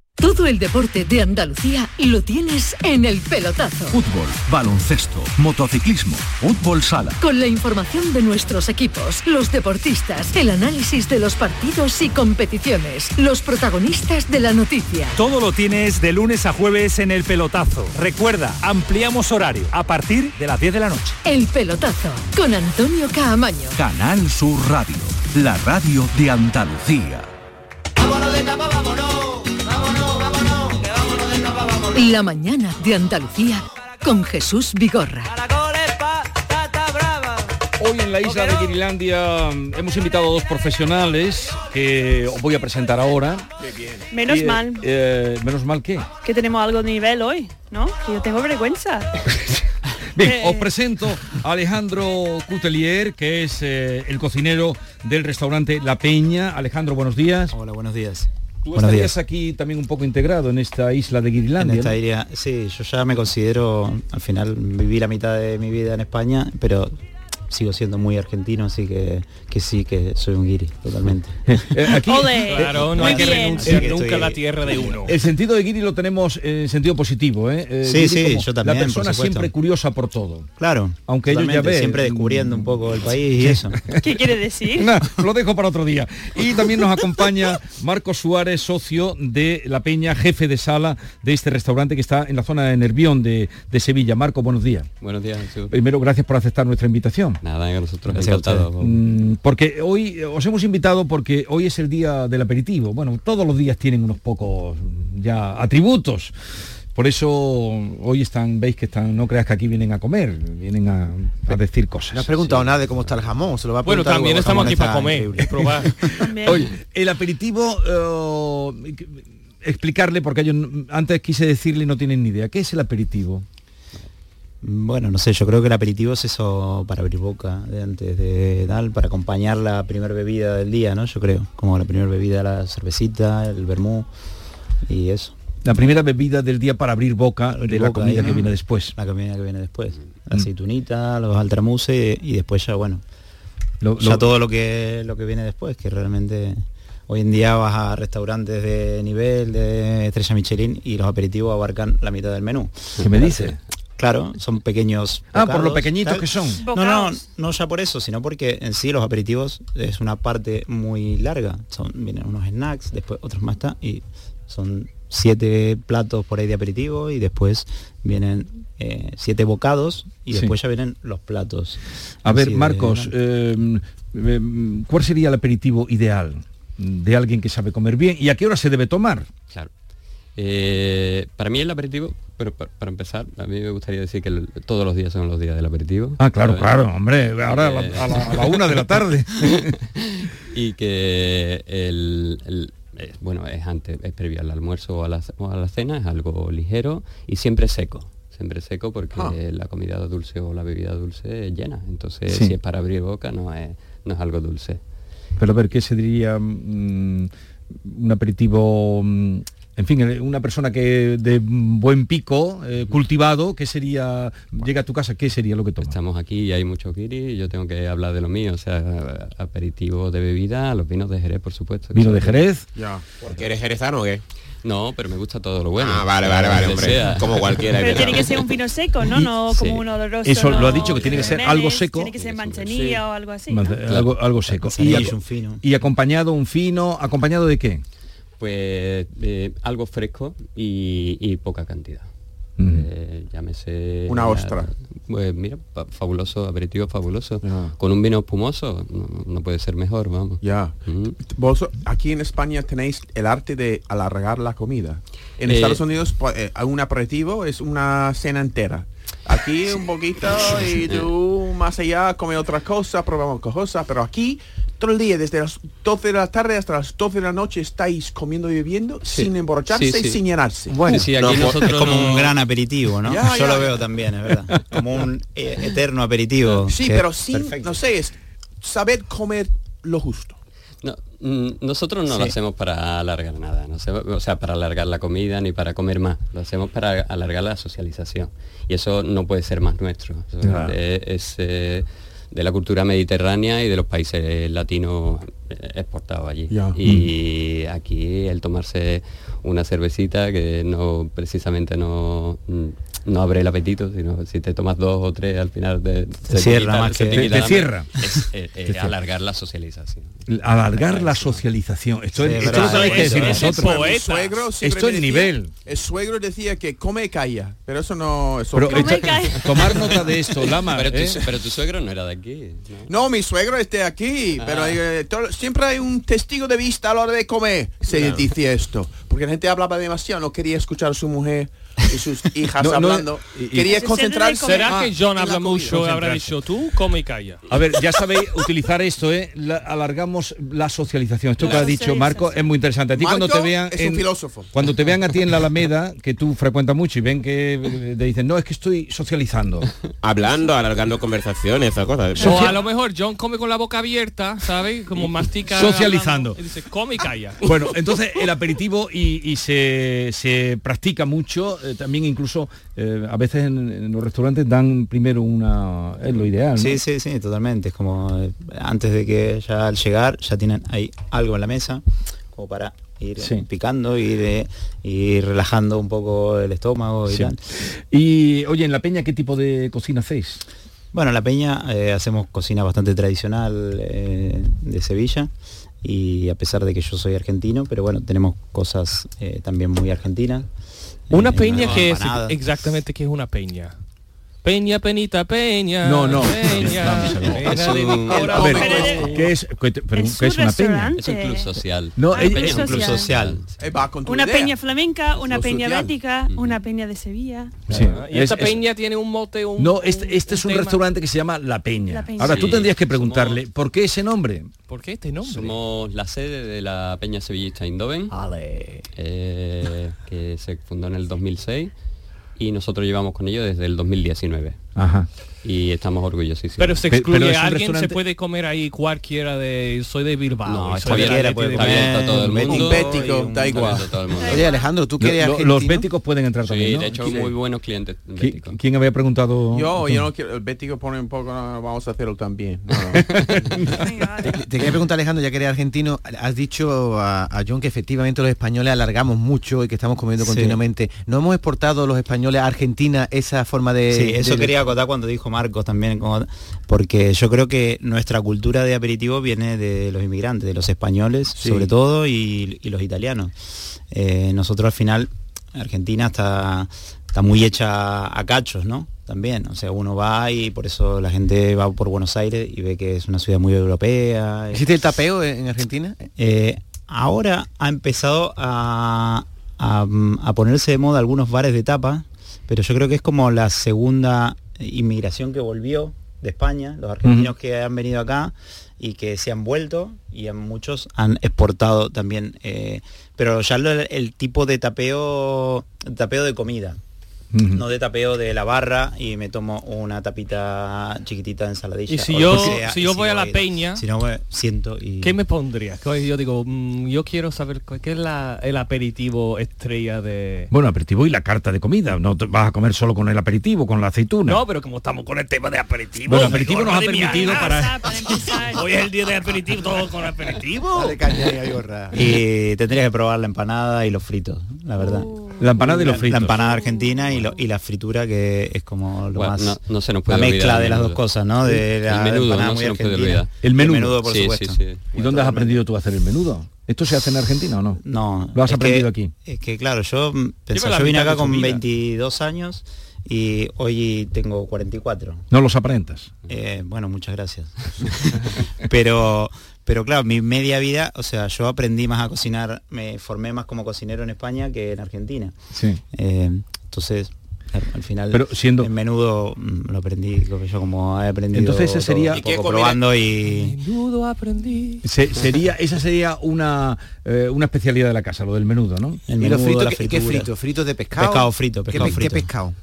Speaker 2: Todo el deporte de Andalucía lo tienes en el pelotazo.
Speaker 19: Fútbol, baloncesto, motociclismo, fútbol sala.
Speaker 2: Con la información de nuestros equipos, los deportistas, el análisis de los partidos y competiciones, los protagonistas de la noticia.
Speaker 20: Todo lo tienes de lunes a jueves en el pelotazo. Recuerda, ampliamos horario a partir de las 10 de la noche.
Speaker 2: El pelotazo con Antonio Caamaño.
Speaker 19: Canal Sur Radio, la radio de Andalucía.
Speaker 2: La mañana de Andalucía con Jesús Vigorra.
Speaker 14: Hoy en la isla de Kirilandia
Speaker 3: mm,
Speaker 14: hemos invitado a dos profesionales que os voy a presentar ahora.
Speaker 5: Menos
Speaker 14: Eh,
Speaker 5: mal
Speaker 14: eh, menos mal que.
Speaker 5: que tenemos algo de nivel hoy, ¿no? Que yo tengo vergüenza.
Speaker 3: Bien,
Speaker 5: Eh.
Speaker 3: os presento a Alejandro Cutelier, que es eh, el cocinero del restaurante La Peña. Alejandro, buenos días. Hola, buenos días. Tú
Speaker 14: Buenos
Speaker 3: estarías aquí también un poco integrado en esta isla de Guirilandia.
Speaker 21: En esta
Speaker 3: ¿no?
Speaker 21: isla- sí, yo ya me considero, al final viví la mitad de mi vida en España, pero sigo siendo muy argentino, así que, que sí, que soy un guiri, totalmente.
Speaker 3: Eh,
Speaker 21: Eh,
Speaker 14: Ole.
Speaker 21: Claro, no hay que renunciar Así que nunca estoy- a la tierra de uno.
Speaker 3: El sentido de Guiri lo tenemos en sentido positivo, ¿eh? Eh,
Speaker 21: Sí,
Speaker 3: Guiri
Speaker 21: sí,
Speaker 3: como
Speaker 21: yo también,
Speaker 3: La
Speaker 21: por
Speaker 3: persona
Speaker 21: supuesto.
Speaker 3: siempre curiosa por todo.
Speaker 21: Claro,
Speaker 3: Aunque ellos ya
Speaker 21: totalmente,
Speaker 3: ven.
Speaker 21: siempre descubriendo un poco el país y eso.
Speaker 5: ¿Qué quiere decir?
Speaker 3: No, lo dejo para otro día. Y también nos acompaña Marco Suárez, socio de La Peña, jefe de sala de este restaurante que está en la zona de Nervión de, de Sevilla. Marco, buenos días.
Speaker 22: Buenos días, Jesús.
Speaker 3: Primero, gracias por aceptar nuestra invitación.
Speaker 22: Nada, que nosotros
Speaker 3: Gracias a
Speaker 22: encantados.
Speaker 3: Mm, Porque hoy eh, os hemos invitado porque hoy es el día del aperitivo. Bueno, todos los días tienen unos pocos mm, ya atributos. Por eso mm, hoy están, veis que están, no creas que aquí vienen a comer, vienen a, a decir cosas.
Speaker 6: No has preguntado nada de cómo está el jamón, se lo va a
Speaker 3: Bueno,
Speaker 6: preguntar
Speaker 3: también
Speaker 6: luego, el
Speaker 3: estamos
Speaker 6: jamón
Speaker 3: aquí para
Speaker 6: está
Speaker 3: comer
Speaker 6: increíble.
Speaker 3: y probar. Oye, el aperitivo, eh, que- explicarle, porque yo n- antes quise decirle y no tienen ni idea, ¿qué es el aperitivo?
Speaker 21: Bueno, no sé, yo creo que el aperitivo es eso para abrir boca de antes de tal, para acompañar la primera bebida del día, ¿no? Yo creo, como la primera bebida, la cervecita, el vermú y eso.
Speaker 3: La primera bebida del día para abrir boca de la
Speaker 21: boca,
Speaker 3: comida
Speaker 21: ahí,
Speaker 3: que
Speaker 21: ¿no?
Speaker 3: viene después. Mm.
Speaker 21: La comida que viene después. La aceitunita, los altramuses y después ya, bueno,
Speaker 3: Lo-
Speaker 21: ya
Speaker 3: lo-
Speaker 21: todo lo que, lo que viene después, que realmente hoy en día vas a restaurantes de nivel, de estrella Michelin y los aperitivos abarcan la mitad del menú.
Speaker 3: ¿Qué me
Speaker 21: Para
Speaker 3: dice?
Speaker 21: hacer- Claro, son pequeños.
Speaker 3: Ah, por lo
Speaker 21: bocados,
Speaker 3: pequeñitos
Speaker 21: tal.
Speaker 3: que son.
Speaker 21: No, no, no ya por eso, sino porque en sí los aperitivos es una parte muy larga. Son, vienen unos snacks, después otros más está, y son siete platos por ahí de aperitivo y después vienen eh, siete bocados y
Speaker 3: Sí.
Speaker 21: después ya vienen los platos.
Speaker 3: A ver,
Speaker 21: Así de-
Speaker 3: Marcos, eh, eh, ¿cuál sería el aperitivo ideal de alguien que sabe comer bien y a qué hora se debe tomar?
Speaker 22: Claro. Eh, para mí el aperitivo, pero pa- para, empezar, a mí me gustaría decir que el- todos los días son los días del aperitivo.
Speaker 3: Ah, claro,
Speaker 22: ¿sabes?
Speaker 3: claro, hombre, ahora a la-
Speaker 22: Eh,
Speaker 3: a la- a la una de la tarde.
Speaker 22: y que el, el- es- bueno, es antes, es previo al almuerzo o a, la, o a la cena, es algo ligero y siempre seco. Siempre seco porque
Speaker 3: Ah.
Speaker 22: la comida dulce o la bebida dulce es llena. Entonces,
Speaker 3: Sí.
Speaker 22: si es para abrir boca, no es, no es algo dulce.
Speaker 3: Pero a ver, ¿qué se diría mm, un aperitivo? mm, en fin, eh, una persona que de mm, buen pico, eh, cultivado, ¿qué sería? Llega a tu casa, ¿qué sería lo que toma?
Speaker 22: Estamos aquí y hay mucho kiri, yo tengo que hablar de lo mío, o sea, aperitivo de bebida, los vinos de Jerez, por supuesto. que
Speaker 3: Vino de
Speaker 22: son-
Speaker 3: Jerez.
Speaker 4: Ya. ¿Porque eres jerezano o qué?
Speaker 22: No, pero me gusta todo lo bueno.
Speaker 4: Ah, vale, vale, vale, hombre. Como cualquiera.
Speaker 5: Pero tiene que ser un vino seco, ¿no? No como uno oloroso.
Speaker 3: Eso lo
Speaker 5: ¿no?
Speaker 3: ha dicho, que tiene que ser
Speaker 5: Jiménez,
Speaker 3: algo seco.
Speaker 5: Tiene que ser manzanilla o algo así. ¿no?
Speaker 3: Más- algo, algo seco.
Speaker 22: Sí,
Speaker 3: ac-
Speaker 22: es un fino.
Speaker 3: y acompañado un fino, ¿acompañado de qué?
Speaker 22: Pues eh, algo fresco y, y poca cantidad. Eh, llámese
Speaker 4: Una
Speaker 22: la-
Speaker 4: ostra.
Speaker 22: pues mira, pa- fabuloso, aperitivo fabuloso. Con un vino espumoso no, no puede ser mejor, vamos.
Speaker 4: Ya. Vos aquí en España tenéis el arte de alargar la comida. En
Speaker 22: Eh,
Speaker 4: Estados Unidos po- eh, un aperitivo es una cena entera. Aquí un poquito y tú más allá come otra cosa, probamos cosas, pero aquí todo el día, desde las 12 de la tarde hasta las 12 de la noche, estáis comiendo y bebiendo
Speaker 21: Sí.
Speaker 4: sin emborracharse
Speaker 21: Sí, sí.
Speaker 4: y sin llenarse.
Speaker 21: Bueno, Sí, sí, aquí no, pues, nosotros es como no- un gran aperitivo, ¿no?
Speaker 4: Ya,
Speaker 21: Yo
Speaker 4: ya,
Speaker 21: lo
Speaker 4: ya.
Speaker 21: veo también, es verdad. Como un eh, eterno aperitivo.
Speaker 4: Sí,
Speaker 21: que-
Speaker 4: pero sin,
Speaker 21: Perfecto.
Speaker 4: no sé, es saber comer lo justo.
Speaker 22: No, mm, nosotros no lo
Speaker 4: Sí.
Speaker 22: hacemos para alargar nada, no se- o sea, para alargar la comida ni para comer más, lo hacemos para alargar la socialización y eso no puede ser más nuestro, Eso
Speaker 7: Claro.
Speaker 22: es, es, eh, de la cultura mediterránea y de los países latinos eh, exportados allí.
Speaker 7: Ya.
Speaker 22: Y
Speaker 21: Mm.
Speaker 22: aquí el tomarse una cervecita que no precisamente no, mm, no abre el apetito, sino si te tomas dos o tres al final te, se te
Speaker 21: cierra
Speaker 22: quita-
Speaker 21: más
Speaker 22: se
Speaker 21: que-
Speaker 22: quita
Speaker 21: Te-
Speaker 22: la
Speaker 21: te
Speaker 22: hambre.
Speaker 21: cierra.
Speaker 22: Es, eh,
Speaker 21: Te
Speaker 22: eh,
Speaker 21: cierra.
Speaker 22: alargar la socialización.
Speaker 3: Alargar la socialización. Esto,
Speaker 22: Sí,
Speaker 3: es, esto
Speaker 22: verdad,
Speaker 3: lo tenéis que
Speaker 22: eso,
Speaker 3: decir
Speaker 22: ese
Speaker 3: vosotros.
Speaker 4: Mi suegro siempre
Speaker 3: Esto
Speaker 4: me
Speaker 3: es
Speaker 4: decía-
Speaker 3: nivel.
Speaker 4: El suegro decía que come y calla, pero eso no... Eso
Speaker 3: Pero Come y esto- calla. tomar nota de esto, Lama,
Speaker 22: Pero,
Speaker 3: ¿eh?
Speaker 22: tu, pero tu suegro no era de aquí.
Speaker 4: No, mi suegro esté aquí,
Speaker 22: Ah.
Speaker 4: pero eh, to- siempre hay un testigo de vista a la hora de comer, se
Speaker 22: Claro.
Speaker 4: dice esto. Porque la gente hablaba demasiado, no quería escuchar a su mujer y sus hijas
Speaker 3: No, no,
Speaker 4: hablando.
Speaker 3: y- y-
Speaker 4: quería Ah. concentrarse.
Speaker 8: ¿Será
Speaker 4: más
Speaker 8: que John
Speaker 4: en la
Speaker 8: habla
Speaker 4: comida.
Speaker 8: mucho y habrá
Speaker 3: Concentrarse.
Speaker 8: dicho tú, come y calla?
Speaker 3: A ver, ya sabéis utilizar esto, ¿eh? La- alargamos la socialización. Esto que
Speaker 8: La
Speaker 3: ha dicho Marco es muy interesante. A ti cuando te
Speaker 4: Marco
Speaker 3: vean
Speaker 4: es un
Speaker 3: en,
Speaker 4: filósofo.
Speaker 3: cuando te vean a ti en la Alameda, que tú frecuentas mucho y ven que eh, te dicen, "No, es que estoy socializando."
Speaker 4: Hablando, alargando conversaciones, esas cosas.
Speaker 8: O a lo mejor John come con la boca abierta, ¿sabes? Como mastica.
Speaker 3: Socializando.
Speaker 8: hablando, y dice, come y calla.
Speaker 3: Bueno, entonces el aperitivo y, y se, se practica mucho, eh, también incluso eh, a veces en, en los restaurantes dan primero una... es lo ideal. ¿no?
Speaker 21: Sí, sí, sí, totalmente. Es como eh, antes de que ya al llegar ya tienen ahí algo en la mesa como para ir eh,
Speaker 3: Sí.
Speaker 21: picando y de ir relajando un poco el estómago y
Speaker 3: Sí.
Speaker 21: tal.
Speaker 3: Y oye, en La Peña, ¿qué tipo de cocina hacéis?
Speaker 21: Bueno, en la peña eh, hacemos cocina bastante tradicional eh, de Sevilla y a pesar de que yo soy argentino, pero bueno, tenemos cosas eh, también muy argentinas.
Speaker 8: Una
Speaker 21: Eh,
Speaker 8: peña que es
Speaker 21: empanadas.
Speaker 8: exactamente que es una peña. Peña, penita, peña.
Speaker 3: No, no.
Speaker 8: Peña,
Speaker 3: Vamos a ver.
Speaker 8: peña
Speaker 3: Es un-
Speaker 8: de mi
Speaker 3: a
Speaker 8: corazón.
Speaker 3: ver, ¿qué es, qué te- pero qué es una peña?
Speaker 5: restaurante. Es un club social.
Speaker 3: No,
Speaker 5: Ah,
Speaker 3: es,
Speaker 5: club
Speaker 3: es un club
Speaker 5: social.
Speaker 3: social.
Speaker 4: Eh,
Speaker 5: Una peña flamenca, una
Speaker 3: Lo
Speaker 5: peña
Speaker 3: social.
Speaker 5: bética, una peña de Sevilla.
Speaker 3: Sí,
Speaker 8: Ah, Y esta
Speaker 3: es- es-
Speaker 8: peña tiene un mote, un...
Speaker 3: no, este, este es un restaurante que se llama La Peña.
Speaker 8: La Peña.
Speaker 3: Ahora, tú
Speaker 22: Sí,
Speaker 3: tendrías que preguntarle, ¿por qué ese nombre?
Speaker 8: ¿Por qué este nombre?
Speaker 22: Somos la sede de la Peña Sevillista Indoven, eh, que se fundó en el 2006 y nosotros llevamos con ello desde el 2019.
Speaker 3: Ajá.
Speaker 22: Y estamos orgullosísimos.
Speaker 8: Pero se excluye a alguien, se puede comer ahí cualquiera de... Soy de Bilbao.
Speaker 22: No,
Speaker 8: y
Speaker 22: está
Speaker 8: soy de
Speaker 22: bien,
Speaker 8: Atleti
Speaker 22: puede
Speaker 8: de
Speaker 22: comer
Speaker 8: Bilbao.
Speaker 22: está todo el mundo.
Speaker 4: Un bético, da igual.
Speaker 21: Oye, Alejandro, tú que eres
Speaker 3: Lo-
Speaker 21: argentino.
Speaker 3: Los béticos pueden entrar
Speaker 22: Sí,
Speaker 3: también, ¿no?
Speaker 22: de hecho,
Speaker 3: ¿Qui-
Speaker 22: muy buenos clientes
Speaker 3: qui-
Speaker 22: béticos.
Speaker 3: ¿Quién había preguntado?
Speaker 4: Yo, yo no quiero, el bético pone un poco, no, no, vamos a hacerlo también. No, no.
Speaker 6: Te, te quería preguntar, Alejandro, ya que eres argentino, has dicho a, a John que efectivamente los españoles alargamos mucho y que estamos comiendo
Speaker 21: Sí.
Speaker 6: continuamente. ¿No hemos exportado los españoles a Argentina esa forma de...?
Speaker 21: Sí, eso
Speaker 6: de-
Speaker 21: quería acotar cuando dijo Marcos también, como- porque yo creo que nuestra cultura de aperitivo viene de los inmigrantes, de los españoles
Speaker 6: Sí.
Speaker 21: sobre todo y, y los italianos. Eh, nosotros al final, Argentina está, está muy hecha a cachos, ¿no? También, o sea, uno va y por eso la gente va por Buenos Aires y ve que es una ciudad muy europea.
Speaker 6: ¿Existe el tapeo en en Argentina?
Speaker 21: Eh, ahora ha empezado a, a, mm, a ponerse de moda algunos bares de tapa, pero yo creo que es como la segunda inmigración que volvió de España, los argentinos que han venido acá y que se han vuelto y a muchos han exportado también, eh, pero ya lo- el tipo de tapeo, tapeo de comida. No de tapeo de la barra y me tomo una tapita chiquitita de ensaladilla.
Speaker 8: Y si
Speaker 21: o
Speaker 8: yo,
Speaker 21: lo que sea,
Speaker 8: si
Speaker 21: y
Speaker 8: yo
Speaker 21: si
Speaker 8: voy a
Speaker 21: no
Speaker 8: la
Speaker 21: he ido.
Speaker 8: peña,
Speaker 21: Si no, voy- siento y...
Speaker 8: ¿qué me pondrías? Que Yo digo, mm, yo quiero saber cu- qué es la- el aperitivo estrella de...
Speaker 3: Bueno, aperitivo y la carta de comida. No te vas a comer solo con el aperitivo, con la aceituna.
Speaker 8: No, pero como estamos con el tema de aperitivo...
Speaker 3: Bueno, aperitivo nos ha
Speaker 8: madre mía,
Speaker 3: permitido para-
Speaker 8: Hoy es el día de aperitivo, todo con aperitivo.
Speaker 21: Y tendrías que probar la empanada y los fritos, la verdad.
Speaker 22: Uh.
Speaker 3: La empanada y los fritos.
Speaker 21: La empanada argentina y, lo- y la fritura que es como lo
Speaker 22: Bueno,
Speaker 21: más...
Speaker 22: no, no se nos puede
Speaker 21: la
Speaker 22: olvidar
Speaker 21: mezcla
Speaker 22: el
Speaker 21: de las dos
Speaker 22: menudo.
Speaker 21: cosas, ¿no? De
Speaker 22: El
Speaker 21: la
Speaker 22: menudo,
Speaker 21: empanada
Speaker 22: no
Speaker 21: muy
Speaker 22: se nos puede
Speaker 21: argentina.
Speaker 22: olvidar.
Speaker 3: El menudo.
Speaker 21: por
Speaker 22: Sí, sí,
Speaker 21: supuesto.
Speaker 22: sí.
Speaker 3: ¿Y dónde has aprendido tú a hacer el menudo? ¿Esto se hace en Argentina o no?
Speaker 21: No.
Speaker 3: Lo has
Speaker 21: es
Speaker 3: aprendido
Speaker 21: que-
Speaker 3: aquí.
Speaker 21: Es que claro, yo mm, pensé,
Speaker 3: la
Speaker 21: yo vine
Speaker 3: mitad de
Speaker 21: acá
Speaker 3: su
Speaker 21: con
Speaker 3: vida.
Speaker 21: 22 años y hoy tengo 44.
Speaker 3: No los aparentas.
Speaker 21: Eh, bueno, muchas gracias. pero, pero claro, mi media vida, o sea, yo aprendí más a cocinar, me formé más como cocinero en España que en Argentina.
Speaker 3: Sí.
Speaker 21: Eh, entonces, al- al final,
Speaker 3: Pero siendo-
Speaker 21: en menudo mm, lo aprendí, lo que yo como he aprendido.
Speaker 3: Entonces, ese
Speaker 21: todo
Speaker 3: sería-
Speaker 21: un
Speaker 3: ¿Y qué
Speaker 21: poco
Speaker 3: comida?
Speaker 21: probando y
Speaker 8: Menudo aprendí.
Speaker 3: Se- sería, esa sería una, eh, una especialidad de la casa, lo del menudo, ¿no?
Speaker 6: ¿Y los fritos? ¿Qué, qué fritos? ¿Fritos de pescado?
Speaker 21: Pescado frito,
Speaker 6: ¿Qué
Speaker 21: pescado
Speaker 6: pe- ¿Qué,
Speaker 21: frito.
Speaker 6: pescado?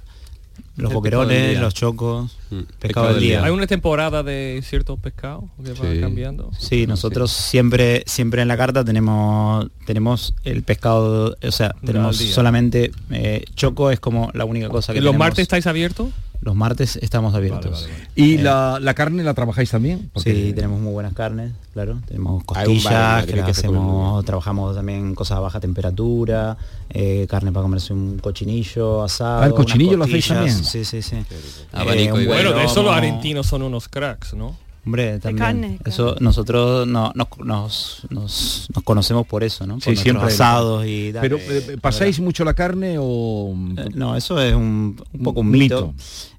Speaker 21: los
Speaker 6: El
Speaker 21: boquerones,
Speaker 6: pescado del día.
Speaker 21: los chocos, pescado,
Speaker 6: pescado
Speaker 21: del
Speaker 6: del
Speaker 21: día.
Speaker 6: día.
Speaker 8: Hay una temporada de ciertos pescados que van
Speaker 21: Sí.
Speaker 8: cambiando.
Speaker 21: Sí, nosotros siempre siempre en la carta tenemos tenemos el pescado, o sea, tenemos
Speaker 8: al día.
Speaker 21: solamente eh, choco es como la única cosa que
Speaker 8: ¿Y los
Speaker 21: tenemos.
Speaker 8: martes estáis abiertos?
Speaker 21: los martes estamos abiertos.
Speaker 3: ¿Y la, la carne la trabajáis también?
Speaker 21: Sí, tenemos muy buenas carnes, claro. Tenemos
Speaker 3: Hay un bar en
Speaker 21: costillas,
Speaker 3: Madrid
Speaker 21: que, las
Speaker 3: que se come
Speaker 21: hacemos, trabajamos también cosas a baja temperatura, eh, carne para comerse un cochinillo asado.
Speaker 3: Ah, el
Speaker 21: unas
Speaker 3: cochinillo lo hacéis
Speaker 21: costillas,
Speaker 3: también.
Speaker 21: Sí, sí, sí.
Speaker 22: Abanico
Speaker 21: un
Speaker 22: y
Speaker 21: buen
Speaker 22: Bueno,
Speaker 8: de eso los
Speaker 21: lomo.
Speaker 8: argentinos son unos cracks, ¿no?
Speaker 21: Hombre, también.
Speaker 8: carne,
Speaker 21: Eso nosotros no- nos, nos, nos- nos conocemos por eso, ¿no? Por
Speaker 3: Sí,
Speaker 21: nuestros
Speaker 3: siempre.
Speaker 21: asados y tal.
Speaker 3: Pero eh, pasáis mucho la carne o
Speaker 21: Eh, No, eso es un, un poco un mito.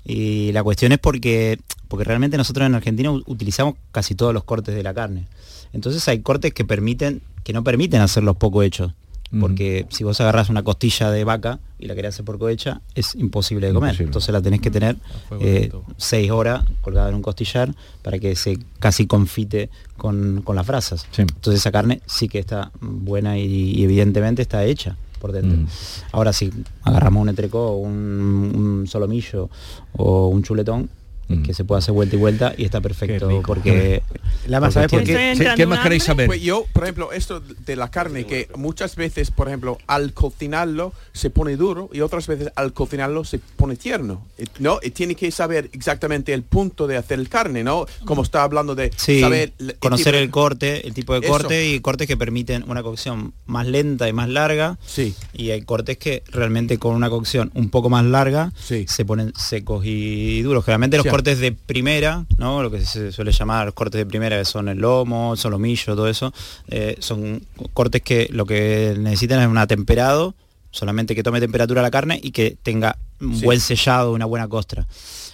Speaker 21: Y la cuestión es porque, porque realmente nosotros en Argentina u- utilizamos casi todos los cortes de la carne. Entonces hay cortes que permiten, que no permiten hacerlos poco hechos. Porque si vos agarrás una costilla de vaca y la querés hacer poco hecha, es imposible de comer.
Speaker 3: Imposible.
Speaker 21: Entonces la tenés que tener
Speaker 3: fuego
Speaker 21: eh,
Speaker 3: lento.
Speaker 21: seis horas colgada en un costillar para que se casi confite con, con las brasas. Entonces esa carne sí que está buena y, y evidentemente está hecha por dentro.
Speaker 3: Mm.
Speaker 21: Ahora si agarramos un entrecó, un, un solomillo o un chuletón,
Speaker 3: Mm.
Speaker 21: es que se puede hacer vuelta y vuelta y está perfecto porque... porque
Speaker 3: ¿eh?
Speaker 21: tiene-
Speaker 4: Pues yo, por ejemplo, esto de la carne, que muchas veces, por ejemplo, al cocinarlo se pone duro y otras veces al cocinarlo se pone tierno. Eh, ¿No? Y tiene que saber exactamente el punto de hacer el carne, ¿no? Como está hablando de
Speaker 21: Sí,
Speaker 4: saber l-
Speaker 21: conocer
Speaker 4: tipo-
Speaker 21: el corte, el tipo de
Speaker 4: Eso.
Speaker 21: corte y cortes que permiten una cocción más lenta y más larga.
Speaker 4: Sí.
Speaker 21: Y hay cortes que realmente con una cocción un poco más larga se ponen secos y duros. Generalmente los
Speaker 4: Sí.
Speaker 21: cortes de primera, ¿no? Lo que se suele llamar los cortes de primera, que son el lomo, el solomillo, todo eso, eh, son cortes que lo que necesitan es un atemperado, solamente que tome temperatura la carne y que tenga un
Speaker 23: Sí.
Speaker 21: buen sellado, una buena costra.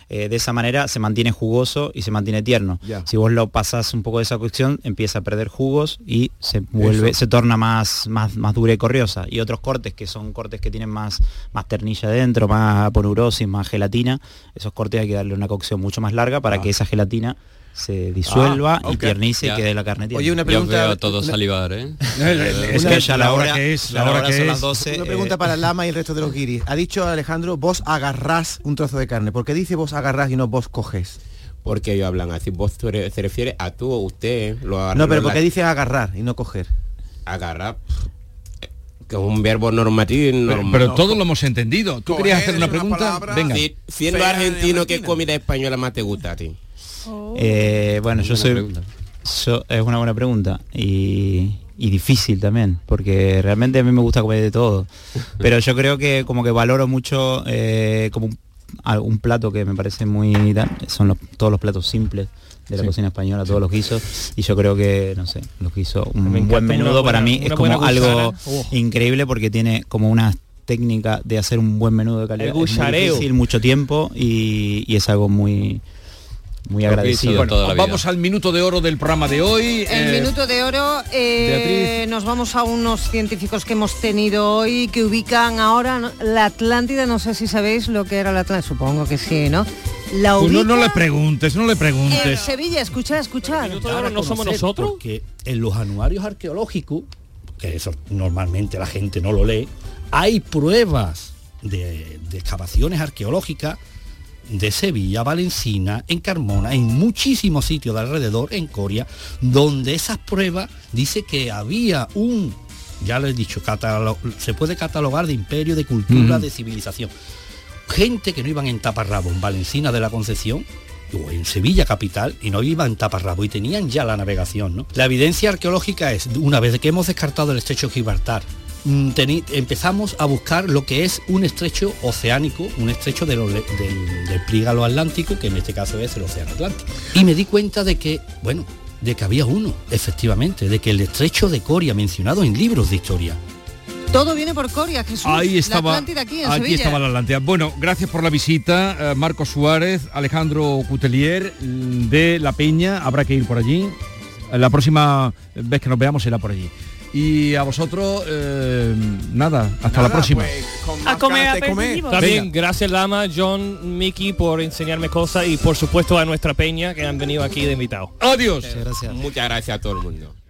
Speaker 21: Eh, de esa manera se mantiene jugoso y se mantiene tierno.
Speaker 23: Ya.
Speaker 21: Si vos lo pasás un poco de esa cocción, empieza a perder jugos y se vuelve,
Speaker 23: Eso.
Speaker 21: se torna más, más, más dura y corriosa. Y otros cortes que son cortes que tienen más, más ternilla dentro, más ponurosis, más gelatina, esos cortes hay que darle una cocción mucho más larga
Speaker 23: Ah.
Speaker 21: para que esa gelatina se
Speaker 8: Ah,
Speaker 21: disuelva y
Speaker 6: ok.
Speaker 21: tiernice
Speaker 22: Ya.
Speaker 21: y quede la carne tierna.
Speaker 6: Oye, una pregunta-
Speaker 22: Yo veo a todos salivar, ¿eh?
Speaker 21: es que ya la hora, la hora son las 12.
Speaker 6: Una pregunta
Speaker 21: eh,
Speaker 6: para Lama y el resto de los guiris. Ha dicho Alejandro, vos agarrás un trozo de carne. ¿Por qué dice vos agarrás y no vos coges?
Speaker 7: Porque ellos hablan así. Vos te re- se refiere a tú o usted. Lo agarra-
Speaker 6: No, pero
Speaker 7: lo
Speaker 6: ¿por qué
Speaker 7: la-
Speaker 6: dice agarrar y no coger?
Speaker 7: Agarrar. Que es un verbo normativo.
Speaker 3: Pero, pero todo lo hemos entendido. ¿Tú querías hacer una pregunta? Venga.
Speaker 7: Si- siendo
Speaker 3: Fea de
Speaker 7: argentino, ¿qué comida española más te gusta a ti?
Speaker 21: Eh, bueno, yo
Speaker 7: Buena
Speaker 21: soy...
Speaker 7: pregunta.
Speaker 21: yo- es una buena pregunta y, y difícil también, porque realmente a mí me gusta comer de todo. Pero yo creo que como que valoro mucho eh, como un, a- un plato que me parece muy... tal, Son los- todos los platos simples de la
Speaker 22: Sí.
Speaker 21: cocina española, todos los guisos. Y yo creo que, no sé, los guisos, un
Speaker 22: Me encanta
Speaker 21: buen
Speaker 22: una
Speaker 21: menudo
Speaker 22: buena-
Speaker 21: para mí
Speaker 22: una
Speaker 21: es
Speaker 22: buena
Speaker 21: como algo
Speaker 22: gusana. Oh.
Speaker 21: increíble porque tiene como una técnica de hacer un buen menudo de calidad.
Speaker 22: El
Speaker 21: Es muy
Speaker 22: gusareo.
Speaker 21: difícil, mucho tiempo y, y es algo muy muy agradecido.
Speaker 3: Bueno, vamos al minuto de oro del programa de hoy.
Speaker 14: El
Speaker 3: Eh,
Speaker 14: minuto de oro, eh, nos vamos a unos científicos que hemos tenido hoy que ubican ahora la Atlántida, no sé si sabéis lo que era la Atlántida, supongo que sí, ¿no? La
Speaker 3: Pues
Speaker 14: ubica
Speaker 3: no, no le preguntes, no le
Speaker 14: en
Speaker 3: preguntes.
Speaker 14: Sevilla. Escucha, escucha.
Speaker 23: Ahora conocer, Porque en los anuarios arqueológicos, que eso normalmente la gente no lo lee, hay pruebas de, de excavaciones arqueológicas de Sevilla, Valencina, en Carmona, en muchísimos sitios de alrededor, en Coria, donde esas pruebas dice que había un, ya lo he dicho, catalo- se puede catalogar de imperio, de cultura,
Speaker 11: Ujú.
Speaker 23: de civilización. Gente que no iban en taparrabo en Valencina de la Concepción, o en Sevilla capital y no iban taparrabo y tenían ya la navegación, ¿no? La evidencia arqueológica es, una vez que hemos descartado el estrecho de Gibraltar, mm, teni- empezamos a buscar lo que es un estrecho oceánico, un estrecho del, ole- del, del plígalo atlántico, que en este caso es el océano Atlántico. Y me di cuenta de que, bueno, de que había uno, efectivamente, de que el estrecho de Coria, mencionado en libros de historia,
Speaker 14: Todo viene por Coria, Jesús.
Speaker 3: Ahí estaba,
Speaker 14: La Atlántida aquí en
Speaker 3: aquí
Speaker 14: Sevilla.
Speaker 3: estaba la Atlántida. Bueno, gracias por la visita, eh, Marco Suárez, Alejandro Cutelier mm, de La Peña, habrá que ir por allí. Eh, La próxima vez que nos veamos será por allí. Y a vosotros, eh, nada, hasta la próxima.
Speaker 5: A comer
Speaker 4: ganas de comer.
Speaker 5: aperitivos.
Speaker 8: También gracias Lama, John, Mickey por enseñarme cosas y por supuesto a nuestra peña que han venido aquí de invitado. Eh,
Speaker 3: Adiós.
Speaker 8: Muchas gracias.
Speaker 7: Muchas gracias a todo el mundo.